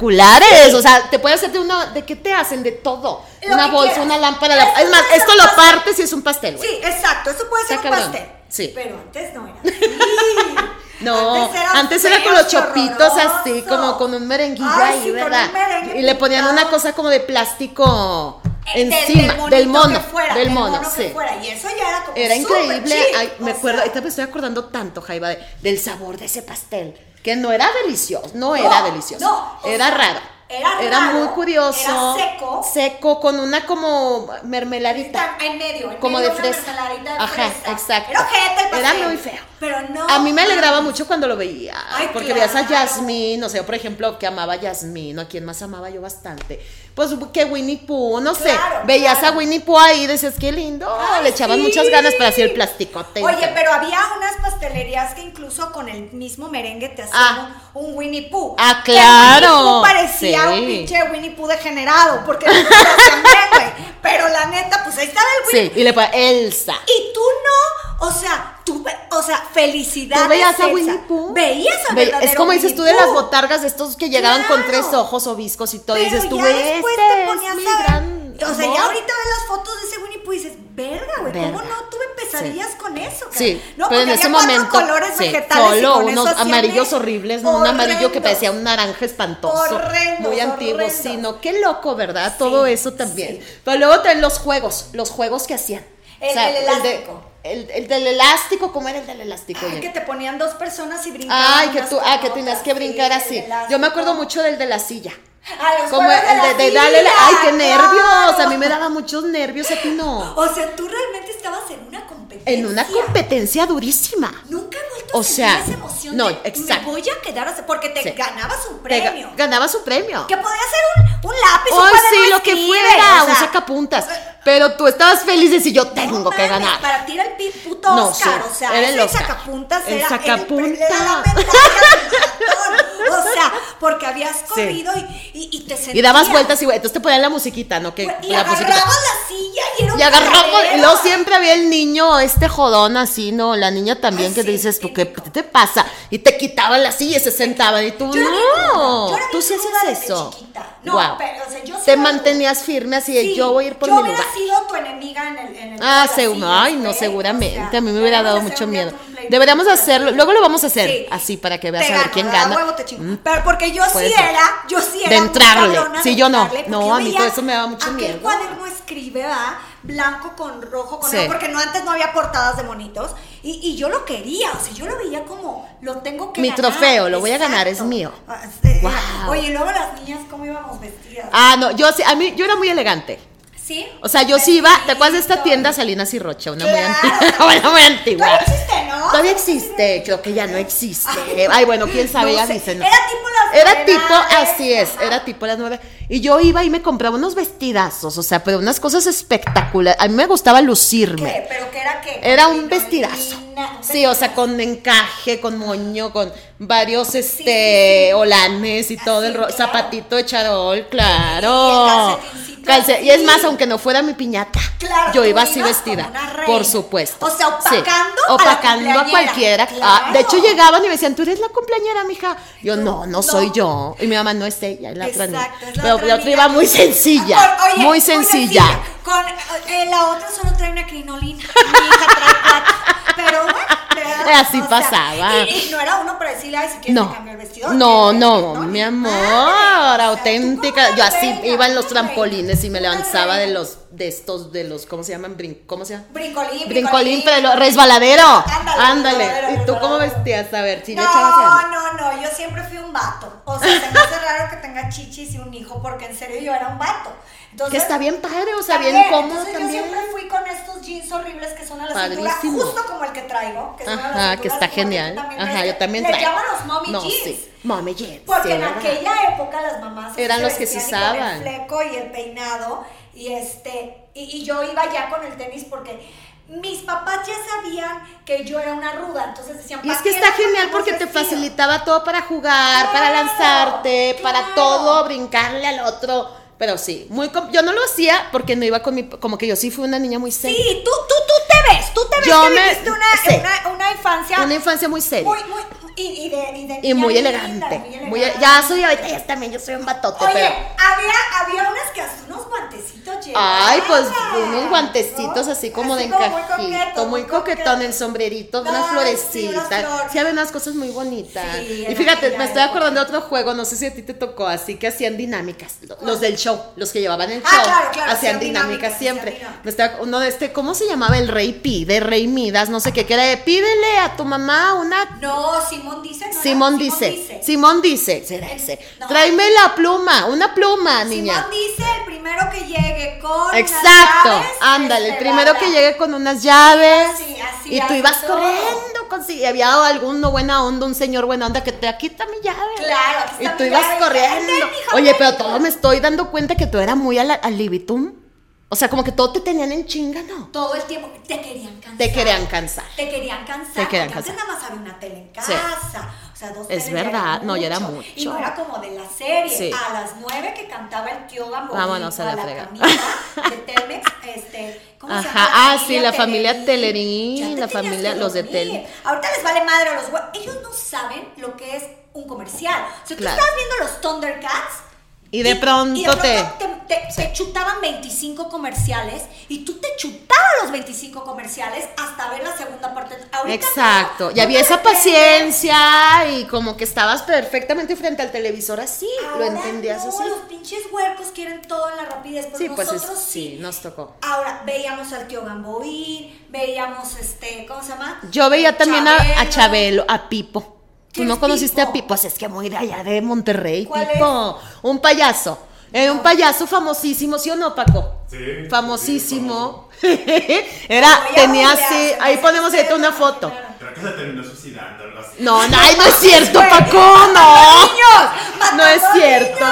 Speaker 1: espectaculares. O sea, te puede hacerte una. ¿De qué te hacen? De todo.
Speaker 2: Lo
Speaker 1: una
Speaker 2: que
Speaker 1: bolsa,
Speaker 2: quieras.
Speaker 1: una lámpara. la-
Speaker 2: Eso
Speaker 1: Es más,
Speaker 2: puede ser
Speaker 1: esto lo
Speaker 2: pastel.
Speaker 1: partes y es un pastel, güey.
Speaker 2: Sí, exacto, eso puede ser
Speaker 1: Está
Speaker 2: un
Speaker 1: cabrón,
Speaker 2: pastel.
Speaker 1: sí.
Speaker 2: Pero antes no era así.
Speaker 1: No, antes era, con los
Speaker 2: feo,
Speaker 1: chopitos así,
Speaker 2: horroroso.
Speaker 1: como con un merenguillo
Speaker 2: Ay,
Speaker 1: ahí,
Speaker 2: sí, con un
Speaker 1: ¿verdad?
Speaker 2: merengue
Speaker 1: y le ponían
Speaker 2: pintado.
Speaker 1: una cosa como de plástico
Speaker 2: Eh, del-
Speaker 1: encima,
Speaker 2: monito
Speaker 1: del mono,
Speaker 2: que fuera,
Speaker 1: del mono,
Speaker 2: que
Speaker 1: sí.
Speaker 2: fuera, Y eso ya era como
Speaker 1: Era
Speaker 2: súper
Speaker 1: increíble,
Speaker 2: chic,
Speaker 1: ay, me
Speaker 2: o
Speaker 1: acuerdo, este
Speaker 2: sea,
Speaker 1: ahorita me estoy acordando tanto, Jaiba, de- del sabor de ese pastel, que no era delicioso, no,
Speaker 2: No,
Speaker 1: era delicioso,
Speaker 2: no, o
Speaker 1: era
Speaker 2: sea,
Speaker 1: raro.
Speaker 2: era raro,
Speaker 1: muy curioso.
Speaker 2: era seco.
Speaker 1: Seco, con una como mermeladita.
Speaker 2: está en medio, en
Speaker 1: como de
Speaker 2: medio una
Speaker 1: fresa.
Speaker 2: mermeladita de
Speaker 1: Ajá,
Speaker 2: fresa.
Speaker 1: exacto.
Speaker 2: Era ojete el
Speaker 1: Era
Speaker 2: pastel,
Speaker 1: muy feo.
Speaker 2: Pero no.
Speaker 1: A mí me alegraba mucho cuando lo veía.
Speaker 2: Ay,
Speaker 1: porque
Speaker 2: claro.
Speaker 1: veías a Yasmín, o sea, por ejemplo, que amaba a Yasmín, ¿no? a quien más amaba yo bastante. Pues que Winnie Pooh, no sé.
Speaker 2: Claro,
Speaker 1: veías
Speaker 2: claro.
Speaker 1: a Winnie Pooh ahí, decías, qué lindo.
Speaker 2: Ay,
Speaker 1: Le echaban
Speaker 2: sí.
Speaker 1: muchas ganas para hacer el plasticote.
Speaker 2: Oye, pero había unas pastelerías que incluso con el mismo merengue te hacían
Speaker 1: Ah.
Speaker 2: un, un Winnie Pooh.
Speaker 1: Ah,
Speaker 2: Que el Winnie Pooh
Speaker 1: claro,
Speaker 2: parecía
Speaker 1: sí.
Speaker 2: un pinche Winnie Pooh degenerado, porque no lo hacían bien, güey. Pero la neta, pues ahí estaba el Winnie
Speaker 1: Sí, y le ponía Elsa.
Speaker 2: Y tú no, o sea, tú, ve- o sea, felicidad.
Speaker 1: ¿Tú veías a Winnie Pooh?
Speaker 2: Veías a
Speaker 1: Ve- Es
Speaker 2: verdadero
Speaker 1: como dices tú de
Speaker 2: Winnie
Speaker 1: las
Speaker 2: Pooh.
Speaker 1: botargas de estos que llegaban con
Speaker 2: Claro.
Speaker 1: tres ojos obiscos y todo.
Speaker 2: Pero
Speaker 1: y dices tú,
Speaker 2: ya
Speaker 1: este
Speaker 2: después te
Speaker 1: es
Speaker 2: ponías
Speaker 1: mi
Speaker 2: a ver-
Speaker 1: gran
Speaker 2: O sea,
Speaker 1: amor".
Speaker 2: ya ahorita ves las fotos de ese Winnie Pooh y dices, verga, güey, ¿cómo
Speaker 1: Verga.
Speaker 2: no tuve pesadillas con eso? cara?"
Speaker 1: Sí,
Speaker 2: no,
Speaker 1: pero en
Speaker 2: porque
Speaker 1: ese
Speaker 2: había cuatro
Speaker 1: momento,
Speaker 2: colores
Speaker 1: sí,
Speaker 2: vegetales y
Speaker 1: solo
Speaker 2: con eso
Speaker 1: unos
Speaker 2: hacían
Speaker 1: amarillos
Speaker 2: eso.
Speaker 1: horribles, no un amarillo que
Speaker 2: Horrendos.
Speaker 1: parecía un naranja espantoso,
Speaker 2: Horrendos,
Speaker 1: muy antiguo,
Speaker 2: horrendos.
Speaker 1: sí, no, qué loco, ¿verdad? Todo eso también. Pero luego también los juegos, los juegos que hacían.
Speaker 2: El del elástico.
Speaker 1: El El, el del elástico, ¿cómo era el del elástico?
Speaker 2: Ay,
Speaker 1: oye?
Speaker 2: que te ponían dos personas y brincaban.
Speaker 1: Ay, que
Speaker 2: unas
Speaker 1: tú,
Speaker 2: con
Speaker 1: ah, que
Speaker 2: otras,
Speaker 1: tenías que
Speaker 2: sí,
Speaker 1: brincar
Speaker 2: el
Speaker 1: así.
Speaker 2: elástico.
Speaker 1: Yo me acuerdo mucho del de la silla.
Speaker 2: Ah, los
Speaker 1: Como
Speaker 2: juegos de
Speaker 1: el
Speaker 2: la
Speaker 1: de, de
Speaker 2: silla,
Speaker 1: dale la- ay, qué nervios. A
Speaker 2: claro.
Speaker 1: mí me daba muchos nervios, a ti no.
Speaker 2: O sea, tú realmente estabas en una competencia.
Speaker 1: En una competencia durísima.
Speaker 2: Nunca he vuelto
Speaker 1: O
Speaker 2: a sentir
Speaker 1: sea,
Speaker 2: esa emoción.
Speaker 1: no,
Speaker 2: de,
Speaker 1: exacto.
Speaker 2: Me voy a quedar así, porque te
Speaker 1: Sí.
Speaker 2: ganabas un
Speaker 1: Te ga-
Speaker 2: premio.
Speaker 1: ganabas un premio.
Speaker 2: que podía ser un, un lápiz, un
Speaker 1: Hoy
Speaker 2: cuaderno
Speaker 1: Oh, sí,
Speaker 2: de
Speaker 1: lo que
Speaker 2: escribir,
Speaker 1: fuera,
Speaker 2: o
Speaker 1: un
Speaker 2: sea,
Speaker 1: sacapuntas. Pero tú estabas feliz de decir, yo tengo
Speaker 2: no
Speaker 1: que
Speaker 2: mames,
Speaker 1: ganar.
Speaker 2: Para ti era el pi- puto
Speaker 1: No,
Speaker 2: Oscar,
Speaker 1: sí,
Speaker 2: o sea,
Speaker 1: era
Speaker 2: era
Speaker 1: el
Speaker 2: el
Speaker 1: Oscar.
Speaker 2: sacapuntas
Speaker 1: El
Speaker 2: era era
Speaker 1: sacapunta.
Speaker 2: era la medalla del ratón. O sea, porque habías corrido y, y, y te sentías.
Speaker 1: Y dabas vueltas y güey, entonces te ponían la musiquita, ¿no? Que,
Speaker 2: Y
Speaker 1: la
Speaker 2: agarrabas
Speaker 1: musiquita.
Speaker 2: la silla y era un
Speaker 1: Y agarramos, y
Speaker 2: cagadero.
Speaker 1: luego siempre había el niño, este jodón así, ¿no? La niña también
Speaker 2: Ay,
Speaker 1: que
Speaker 2: Ah, sí,
Speaker 1: dices, ¿tú qué
Speaker 2: típico.
Speaker 1: te pasa? Y te quitaban la silla y se sentaban y tú,
Speaker 2: Yo era bien
Speaker 1: no,
Speaker 2: cruda, yo era
Speaker 1: tú
Speaker 2: bien
Speaker 1: sí
Speaker 2: cruda
Speaker 1: haces
Speaker 2: desde
Speaker 1: eso.
Speaker 2: chiquita. No,
Speaker 1: Guau.
Speaker 2: pero, o sea, yo sí
Speaker 1: te
Speaker 2: era
Speaker 1: mantenías firme así de,
Speaker 2: Sí,
Speaker 1: yo voy a ir por
Speaker 2: yo
Speaker 1: mi
Speaker 2: hubiera
Speaker 1: lugar.
Speaker 2: sido tu enemiga en el. En el
Speaker 1: Ah,
Speaker 2: las
Speaker 1: se,
Speaker 2: sillas,
Speaker 1: ay, no,
Speaker 2: güey.
Speaker 1: seguramente.
Speaker 2: O sea,
Speaker 1: a mí me hubiera
Speaker 2: deberíamos
Speaker 1: dado
Speaker 2: hacer
Speaker 1: mucho
Speaker 2: un día
Speaker 1: miedo.
Speaker 2: un play-
Speaker 1: Deberíamos hacerlo. Luego lo vamos a hacer
Speaker 2: Sí.
Speaker 1: así para que veas
Speaker 2: Te
Speaker 1: a ver
Speaker 2: gano,
Speaker 1: quién
Speaker 2: ¿verdad?
Speaker 1: gana.
Speaker 2: Huevo, te chingo. Pero porque yo
Speaker 1: Puede
Speaker 2: sí
Speaker 1: ser.
Speaker 2: era, yo sí era.
Speaker 1: De
Speaker 2: muy
Speaker 1: entrarle.
Speaker 2: cabrona
Speaker 1: Sí,
Speaker 2: de
Speaker 1: yo no.
Speaker 2: entrarle, porque
Speaker 1: No, a mí
Speaker 2: veía
Speaker 1: todo eso me daba mucho miedo.
Speaker 2: Aquel cuaderno escribe, ¿verdad? Blanco con rojo con
Speaker 1: Sí.
Speaker 2: rojo, porque no antes no había portadas de monitos. Y, y yo lo quería, o sea, yo lo veía como, lo tengo que
Speaker 1: Mi
Speaker 2: ganar.
Speaker 1: trofeo, lo voy a ganar, es mío.
Speaker 2: Ah, sí.
Speaker 1: Guau.
Speaker 2: Oye, y luego las niñas, ¿cómo íbamos vestidas?
Speaker 1: Ah, no, yo sí, a mí, yo era muy elegante.
Speaker 2: ¿Sí?
Speaker 1: O sea, yo sí iba, ¿te acuerdas de esta
Speaker 2: Vestiditos.
Speaker 1: tienda Salinas y Rocha? Una muy
Speaker 2: Claro.
Speaker 1: antigua. Una muy antigua.
Speaker 2: Todavía existe, ¿no?
Speaker 1: Todavía existe, creo que ya no existe. Ay, bueno, quién sabe,
Speaker 2: No
Speaker 1: ya
Speaker 2: sé.
Speaker 1: dicen.
Speaker 2: Era tipo las
Speaker 1: Era
Speaker 2: novedades,
Speaker 1: tipo, así es,
Speaker 2: ajá.
Speaker 1: era tipo las nueve. Y yo iba y me compraba unos vestidazos, o sea, pero unas cosas espectaculares. A mí me gustaba lucirme.
Speaker 2: ¿Qué? ¿Pero qué era qué?
Speaker 1: Era un
Speaker 2: Linolina,
Speaker 1: vestidazo.
Speaker 2: un
Speaker 1: Sí, o sea,
Speaker 2: vestidazo.
Speaker 1: con encaje, con moño, con varios
Speaker 2: sí,
Speaker 1: este holanes y todo el ro-
Speaker 2: claro.
Speaker 1: zapatito de charol, claro.
Speaker 2: Y el calcetincito
Speaker 1: Calce- y es
Speaker 2: así.
Speaker 1: más, aunque no fuera mi piñata,
Speaker 2: Claro,
Speaker 1: yo
Speaker 2: tú
Speaker 1: iba así
Speaker 2: ibas
Speaker 1: vestida,
Speaker 2: como una reina.
Speaker 1: por supuesto.
Speaker 2: O sea,
Speaker 1: Sí,
Speaker 2: opacando a la
Speaker 1: opacando a,
Speaker 2: cumpleañera.
Speaker 1: cualquiera. Ah, de hecho
Speaker 2: Claro.
Speaker 1: llegaban y me decían, "Tú eres la cumpleañera, mija." Yo, "No, no,
Speaker 2: No.
Speaker 1: soy yo." Y mi mamá no es ella, es la otra niña.
Speaker 2: Exacto, es la
Speaker 1: Pero
Speaker 2: otra
Speaker 1: la otra
Speaker 2: niña.
Speaker 1: iba muy sencilla,
Speaker 2: Por- oye,
Speaker 1: muy sencilla.
Speaker 2: Con eh, la otra solo trae una crinolina. Mi hija trae plato. Pero bueno, ¿verdad?
Speaker 1: Así
Speaker 2: O sea,
Speaker 1: pasaba.
Speaker 2: y, y no era uno para decirle, ay, si quieres
Speaker 1: No,
Speaker 2: te cambio el vestido.
Speaker 1: no,
Speaker 2: ¿quieres
Speaker 1: no,
Speaker 2: que-
Speaker 1: mi
Speaker 2: Ni
Speaker 1: amor,
Speaker 2: madre. O sea, tú
Speaker 1: auténtica.
Speaker 2: como
Speaker 1: Yo
Speaker 2: una
Speaker 1: así
Speaker 2: reina,
Speaker 1: iba en los
Speaker 2: una reina,
Speaker 1: trampolines y me
Speaker 2: una
Speaker 1: lanzaba de
Speaker 2: reina.
Speaker 1: los, de estos, de los, ¿cómo se llaman? Brin- ¿Cómo se llama?
Speaker 2: Brincolín,
Speaker 1: Brincolín, pero de lo- resbaladero.
Speaker 2: Ándale,
Speaker 1: Ándale.
Speaker 2: resbaladero,
Speaker 1: ¿Y tú cómo
Speaker 2: resbaladero.
Speaker 1: vestías? A ver, si le echabas
Speaker 2: No, no, no, yo siempre fui un vato. O sea, se me hace raro que tenga chichis y un hijo, porque en serio yo era un vato.
Speaker 1: ganas. Que
Speaker 2: Entonces,
Speaker 1: está bien padre, o sea, bien
Speaker 2: También,
Speaker 1: cómodo
Speaker 2: entonces
Speaker 1: también.
Speaker 2: Yo siempre fui con estos jeans horribles que son a la
Speaker 1: Padrísimo.
Speaker 2: cintura, justo como el que traigo, que son a la
Speaker 1: Ajá,
Speaker 2: cintura,
Speaker 1: que está
Speaker 2: como el
Speaker 1: genial.
Speaker 2: tú también
Speaker 1: Ajá,
Speaker 2: traes,
Speaker 1: yo
Speaker 2: que
Speaker 1: también
Speaker 2: le
Speaker 1: traigo.
Speaker 2: llaman los mommy
Speaker 1: no,
Speaker 2: jeans.
Speaker 1: sí. Mommy jeans.
Speaker 2: Porque
Speaker 1: sí,
Speaker 2: en
Speaker 1: ¿verdad?
Speaker 2: aquella época las mamás así
Speaker 1: Eran
Speaker 2: se
Speaker 1: los que se
Speaker 2: vestían y
Speaker 1: usaban.
Speaker 2: Con el fleco y el peinado y este y, y yo iba ya con el tenis porque mis papás ya sabían que yo era una ruda, entonces decían,
Speaker 1: Y es
Speaker 2: "¿Pa
Speaker 1: que
Speaker 2: qué
Speaker 1: está
Speaker 2: le
Speaker 1: genial
Speaker 2: ponemos
Speaker 1: porque te
Speaker 2: vestido?".
Speaker 1: facilitaba todo para jugar, para
Speaker 2: Claro,
Speaker 1: lanzarte, para
Speaker 2: claro.
Speaker 1: todo, brincarle al otro. Pero sí, muy com- yo no lo hacía porque no iba con mi como que yo sí fui una niña muy seria.
Speaker 2: Sí, tú, tú, tú te ves, tú te ves
Speaker 1: Yo
Speaker 2: que
Speaker 1: me-
Speaker 2: viviste una,
Speaker 1: sí.
Speaker 2: una, una infancia
Speaker 1: Una infancia muy seria
Speaker 2: muy, muy, y, y de, y de
Speaker 1: y
Speaker 2: niña
Speaker 1: muy
Speaker 2: linda,
Speaker 1: elegante. Muy
Speaker 2: muy
Speaker 1: ele- ya soy ahorita ya también yo soy un batote,
Speaker 2: Oye,
Speaker 1: pero
Speaker 2: había, había unas que hasta unos guantecitos llevaban.
Speaker 1: Ay, pues unos guantecitos así como de
Speaker 2: Ah. como
Speaker 1: encajito, muy,
Speaker 2: coqueto,
Speaker 1: coquetón, el
Speaker 2: coqueto.
Speaker 1: sombrerito,
Speaker 2: Ay,
Speaker 1: una
Speaker 2: sí,
Speaker 1: florecita.
Speaker 2: una flor.
Speaker 1: Sí, había unas cosas muy bonitas.
Speaker 2: Sí,
Speaker 1: y
Speaker 2: era
Speaker 1: fíjate,
Speaker 2: aquella
Speaker 1: me estoy
Speaker 2: época.
Speaker 1: acordando de otro juego, no sé si a ti te tocó, así que hacían dinámicas. lo- Los del show, los que llevaban el
Speaker 2: Ah,
Speaker 1: show,
Speaker 2: claro, claro,
Speaker 1: hacían
Speaker 2: hacían
Speaker 1: dinámicas
Speaker 2: dinámicas,
Speaker 1: siempre.
Speaker 2: hacían dinámicas.
Speaker 1: Me estoy ac- uno de este, ¿cómo se llamaba? El Rey Pi, de Rey Midas, no sé qué, que era de pídele a tu mamá una
Speaker 2: No, Simón dice. No,
Speaker 1: Simón
Speaker 2: no,
Speaker 1: dice, Simón dice, será ese.
Speaker 2: No.
Speaker 1: Tráeme la pluma, una pluma, niña.
Speaker 2: Simón dice el primero que llegue con. las
Speaker 1: Exacto,
Speaker 2: llaves,
Speaker 1: ándale, el
Speaker 2: este,
Speaker 1: primero
Speaker 2: va,
Speaker 1: que
Speaker 2: va.
Speaker 1: llegue con unas llaves
Speaker 2: Así, así,
Speaker 1: y tú
Speaker 2: así
Speaker 1: ibas
Speaker 2: todo.
Speaker 1: corriendo, con, si había alguno buena onda, un señor buena onda que te aquí está mi llave.
Speaker 2: Claro, aquí
Speaker 1: Y
Speaker 2: está
Speaker 1: tú
Speaker 2: mi
Speaker 1: ibas
Speaker 2: llave,
Speaker 1: corriendo.
Speaker 2: ven, mija,
Speaker 1: Oye,
Speaker 2: ven.
Speaker 1: pero todo me estoy dando cuenta que tú eras muy al, al libitum. O sea, como que todo te tenían en chinga, ¿no?
Speaker 2: Todo el tiempo te querían cansar.
Speaker 1: Te querían cansar.
Speaker 2: Te querían cansar.
Speaker 1: Te querían
Speaker 2: porque
Speaker 1: cansar.
Speaker 2: Antes nada más había una tele en
Speaker 1: Sí.
Speaker 2: casa. O sea, dos
Speaker 1: Es
Speaker 2: teles ya era
Speaker 1: verdad, no, ya era
Speaker 2: Y
Speaker 1: mucho.
Speaker 2: no era como de la serie.
Speaker 1: Sí.
Speaker 2: A las nueve que cantaba el tío Gambo.
Speaker 1: Vámonos a la frega.
Speaker 2: familia de Telmex, este, ¿cómo se
Speaker 1: Ajá,
Speaker 2: llama?
Speaker 1: ah, sí, la familia Telerín,
Speaker 2: Ya te
Speaker 1: la
Speaker 2: tenías
Speaker 1: familia-
Speaker 2: que
Speaker 1: los de
Speaker 2: dormir.
Speaker 1: Tel-
Speaker 2: Ahorita les vale madre a los güeyes. Ellos no saben lo que es un comercial. O sea, tú
Speaker 1: Claro.
Speaker 2: estabas viendo los Thundercats.
Speaker 1: Y de pronto,
Speaker 2: y de pronto
Speaker 1: te...
Speaker 2: te, te- te chutaban 25 comerciales y tú te chutabas los 25 comerciales hasta ver la segunda parte. Ahorita no,
Speaker 1: Exacto.
Speaker 2: no
Speaker 1: y había
Speaker 2: te
Speaker 1: esa
Speaker 2: arrepientes.
Speaker 1: paciencia y como que estabas perfectamente frente al televisor así. lo
Speaker 2: Ahora
Speaker 1: entendías
Speaker 2: no,
Speaker 1: así.
Speaker 2: Los pinches huercos quieren todo en la rapidez, pero
Speaker 1: Sí, pues
Speaker 2: nosotros
Speaker 1: es-
Speaker 2: sí.
Speaker 1: sí, nos tocó.
Speaker 2: Ahora veíamos al tío Gamboín, veíamos este, ¿cómo se llama?
Speaker 1: Yo veía también a- a,
Speaker 2: Chabelo.
Speaker 1: Chabelo, a Pipo. ¿Tú
Speaker 2: ¿Quién
Speaker 1: no
Speaker 2: es
Speaker 1: conociste a
Speaker 2: Pipo?
Speaker 1: Pipo? Pues es que muy de allá de Monterrey,
Speaker 2: ¿Cuál
Speaker 1: Pipo. Un payaso. Eh, un payaso famosísimo, ¿sí o no, Paco?
Speaker 3: Sí, sí,
Speaker 1: Famosísimo. Era,
Speaker 2: Voy a
Speaker 1: tenía
Speaker 2: googlear,
Speaker 1: así,
Speaker 2: se me
Speaker 1: ahí
Speaker 2: hace
Speaker 1: ponemos
Speaker 2: que
Speaker 1: ahorita una
Speaker 2: ustedes no
Speaker 1: foto.
Speaker 2: me
Speaker 3: Creo que se terminó suicidando algo así.
Speaker 1: No, no, ay, no es cierto, Paco, no.
Speaker 2: ¡Matando
Speaker 1: No es
Speaker 2: niños!
Speaker 1: cierto.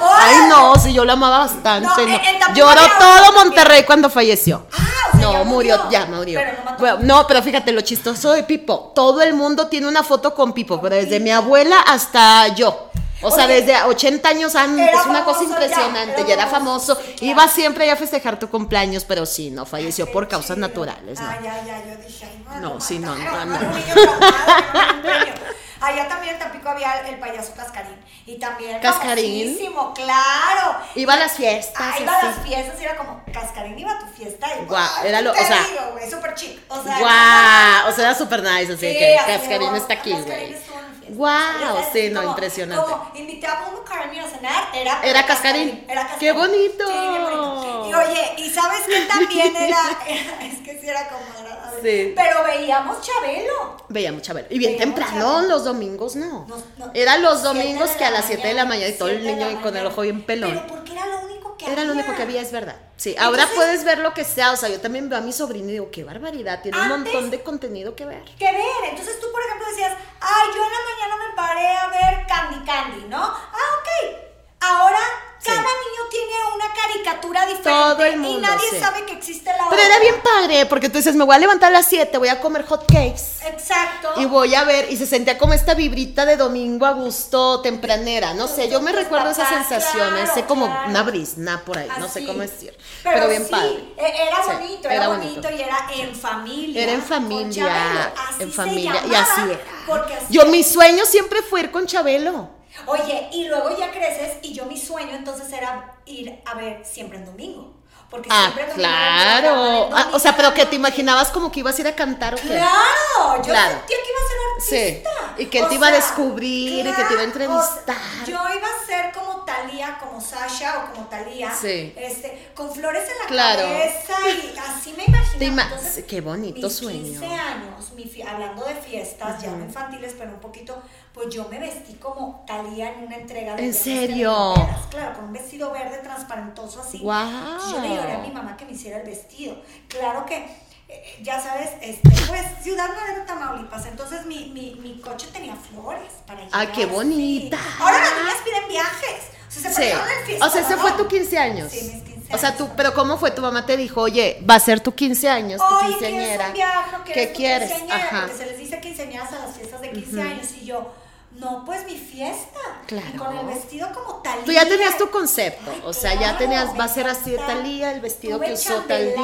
Speaker 2: Órale.
Speaker 1: Ay, no, sí, yo lo amaba bastante.
Speaker 2: No,
Speaker 1: No,
Speaker 2: en- en Tampico
Speaker 1: Lloró
Speaker 2: había
Speaker 1: todo
Speaker 2: otro
Speaker 1: Monterrey cuando falleció.
Speaker 2: Ah, o sea,
Speaker 1: no,
Speaker 2: ya
Speaker 1: murió,
Speaker 2: murió.
Speaker 1: ya murió.
Speaker 2: Pero no mató.
Speaker 1: Bueno, no, pero fíjate, lo chistoso de Pipo. Todo el mundo tiene una foto con Pipo, pero desde mi abuela hasta yo. O sea,
Speaker 2: Oye,
Speaker 1: desde 80 años antes,
Speaker 2: era
Speaker 1: una cosa
Speaker 2: famoso ya,
Speaker 1: impresionante,
Speaker 2: era
Speaker 1: ya era
Speaker 2: famoso,
Speaker 1: famoso.
Speaker 2: claro.
Speaker 1: Iba siempre a festejar tu cumpleaños, pero sí, no, falleció
Speaker 2: Qué
Speaker 1: por causas
Speaker 2: chido.
Speaker 1: naturales, ¿no?
Speaker 2: Ah, ya, ya, yo dije, ay, no,
Speaker 1: No,
Speaker 2: lo
Speaker 1: sí, no,
Speaker 2: mataron,
Speaker 1: no,
Speaker 2: ¿no?
Speaker 1: no.
Speaker 2: Un niño traumado, no, un premio. Allá también en Tampico había el payaso Cascarín. Y también.
Speaker 1: ¿Cascarín?
Speaker 2: famosísimo, claro.
Speaker 1: Iba a las fiestas.
Speaker 2: Ahí
Speaker 1: y
Speaker 2: iba a
Speaker 1: así.
Speaker 2: las fiestas y era como, Cascarín iba a tu fiesta. Y,
Speaker 1: Guau,
Speaker 2: ay,
Speaker 1: era lo-
Speaker 2: te
Speaker 1: o sea,
Speaker 2: digo, güey, súper chic. O sea,
Speaker 1: ¡Guau! O sea, era súper nice, así
Speaker 2: Sí,
Speaker 1: que
Speaker 2: así de,
Speaker 1: Cascarín
Speaker 2: wow,
Speaker 1: está aquí,
Speaker 2: Cascarín
Speaker 1: güey.
Speaker 2: estuvo en la fiesta.
Speaker 1: ¡Guau!
Speaker 2: O sea,
Speaker 1: Sí,
Speaker 2: así
Speaker 1: no,
Speaker 2: como-
Speaker 1: impresionante.
Speaker 2: Como invité a Paul McCartney a cenar, era.
Speaker 1: Era Cascarín.
Speaker 2: Era Cascarín.
Speaker 1: ¡Qué bonito!
Speaker 2: Sí, bien bonito. Y oye, ¿y sabes qué también era? era- es que sí era como agradable.
Speaker 1: Sí.
Speaker 2: Pero veíamos Chabelo.
Speaker 1: Veía mucha vela. Y bien
Speaker 2: Veíamos
Speaker 1: temprano,
Speaker 2: Chabelo.
Speaker 1: los domingos no.
Speaker 2: No, no.
Speaker 1: Era los
Speaker 2: Siete
Speaker 1: domingos
Speaker 2: de
Speaker 1: que a las 7 de la mañana y todo el
Speaker 2: siete de
Speaker 1: niño
Speaker 2: la
Speaker 1: con el
Speaker 2: mañana.
Speaker 1: ojo bien pelón.
Speaker 2: Pero porque era lo único que había.
Speaker 1: Era lo único que había, es verdad. Sí, ahora
Speaker 2: Entonces-
Speaker 1: puedes ver lo que sea. O sea, yo también veo a mi sobrino y digo, qué barbaridad, tiene un
Speaker 2: Antes-
Speaker 1: montón de contenido que ver.
Speaker 2: que ver. Entonces tú, por ejemplo, decías, ay, yo en la mañana me paré a ver Candy Candy, ¿no? Ah, ok. Ahora
Speaker 1: Sí.
Speaker 2: cada niño tiene una caricatura diferente
Speaker 1: Todo el
Speaker 2: y
Speaker 1: mundo,
Speaker 2: nadie
Speaker 1: sí.
Speaker 2: sabe que existe la
Speaker 1: Pero
Speaker 2: otra.
Speaker 1: era bien padre, porque tú dices, me voy a levantar a las 7, voy a comer hot cakes.
Speaker 2: Exacto.
Speaker 1: Y voy a ver, y se sentía como esta vibrita de domingo a gusto tempranera, no sé, yo me
Speaker 2: Tus
Speaker 1: recuerdo esa
Speaker 2: papás,
Speaker 1: sensación,
Speaker 2: claro,
Speaker 1: ese como
Speaker 2: claro.
Speaker 1: una brisna por ahí, no sé
Speaker 2: Así.
Speaker 1: cómo decir,
Speaker 2: Pero,
Speaker 1: pero, bien
Speaker 2: sí,
Speaker 1: padre.
Speaker 2: e- Era
Speaker 1: Sí,
Speaker 2: bonito, era, bonito. y era en familia.
Speaker 1: Era en
Speaker 2: con
Speaker 1: familia,
Speaker 2: Chabelo. Así
Speaker 1: en
Speaker 2: se
Speaker 1: familia, y
Speaker 2: llamaba,
Speaker 1: así era.
Speaker 2: porque así
Speaker 1: Yo, mi sueño siempre fue ir con Chabelo.
Speaker 2: Oye, y luego ya creces y yo mi sueño entonces era ir a ver siempre en domingo. Porque
Speaker 1: Ah,
Speaker 2: siempre en domingo era el programa
Speaker 1: claro.
Speaker 2: del
Speaker 1: Ah, o sea,
Speaker 2: domingo.
Speaker 1: pero que te imaginabas como que ibas a ir a cantar o qué.
Speaker 2: Claro, yo
Speaker 1: Claro.
Speaker 2: sentía que iba a ser artista.
Speaker 1: Sí, y que él
Speaker 2: O
Speaker 1: te iba a
Speaker 2: sea,
Speaker 1: descubrir y que te iba a entrevistar.
Speaker 2: o sea, yo iba a ser como Talía, como Sasha o como Talía.
Speaker 1: Sí.
Speaker 2: Este, con flores en la
Speaker 1: Claro.
Speaker 2: cabeza y así me imaginaba.
Speaker 1: Te ima-
Speaker 2: Entonces,
Speaker 1: qué bonito
Speaker 2: mis
Speaker 1: sueño.
Speaker 2: 15 años, mi fi- hablando de fiestas, ya no infantiles, pero un poquito, pues yo me vestí como Talía en una entrega de
Speaker 1: ¿En
Speaker 2: esas
Speaker 1: serio?
Speaker 2: telenovelas, Claro, con un vestido verde transparentoso así.
Speaker 1: Guau.
Speaker 2: Yo le lloré a mi mamá que me hiciera el vestido. Claro que, eh, ya sabes, este, pues Ciudad Madero, Tamaulipas. Entonces mi, mi, mi coche tenía flores para llevar.
Speaker 1: Ah, qué
Speaker 2: sí.
Speaker 1: bonita.
Speaker 2: Ahora las niñas piden viajes. O sea, se
Speaker 1: Sí.
Speaker 2: perdieron el fiesta.
Speaker 1: O sea, ese fue tu 15 años.
Speaker 2: Sí, mis 15
Speaker 1: O sea,
Speaker 2: años.
Speaker 1: tú, pero ¿cómo fue? Tu mamá te dijo, oye, va a ser tu 15 años, tu
Speaker 2: Oye, ¿quieres
Speaker 1: quinceañera.
Speaker 2: un viaje? ¿Quieres
Speaker 1: ¿Qué
Speaker 2: tu
Speaker 1: quieres?
Speaker 2: quinceañera?
Speaker 1: Ajá.
Speaker 2: Porque se les dice quinceañeras a las fiestas de 15 años. Y yo, no, pues mi fiesta.
Speaker 1: Claro.
Speaker 2: Y con el vestido como Talía.
Speaker 1: Tú ya tenías tu concepto,
Speaker 2: Ay,
Speaker 1: o sea,
Speaker 2: claro,
Speaker 1: ya tenías, va a
Speaker 2: me
Speaker 1: ser así de
Speaker 2: encanta.
Speaker 1: Talía, el vestido
Speaker 2: Tuve
Speaker 1: que usó
Speaker 2: chambelán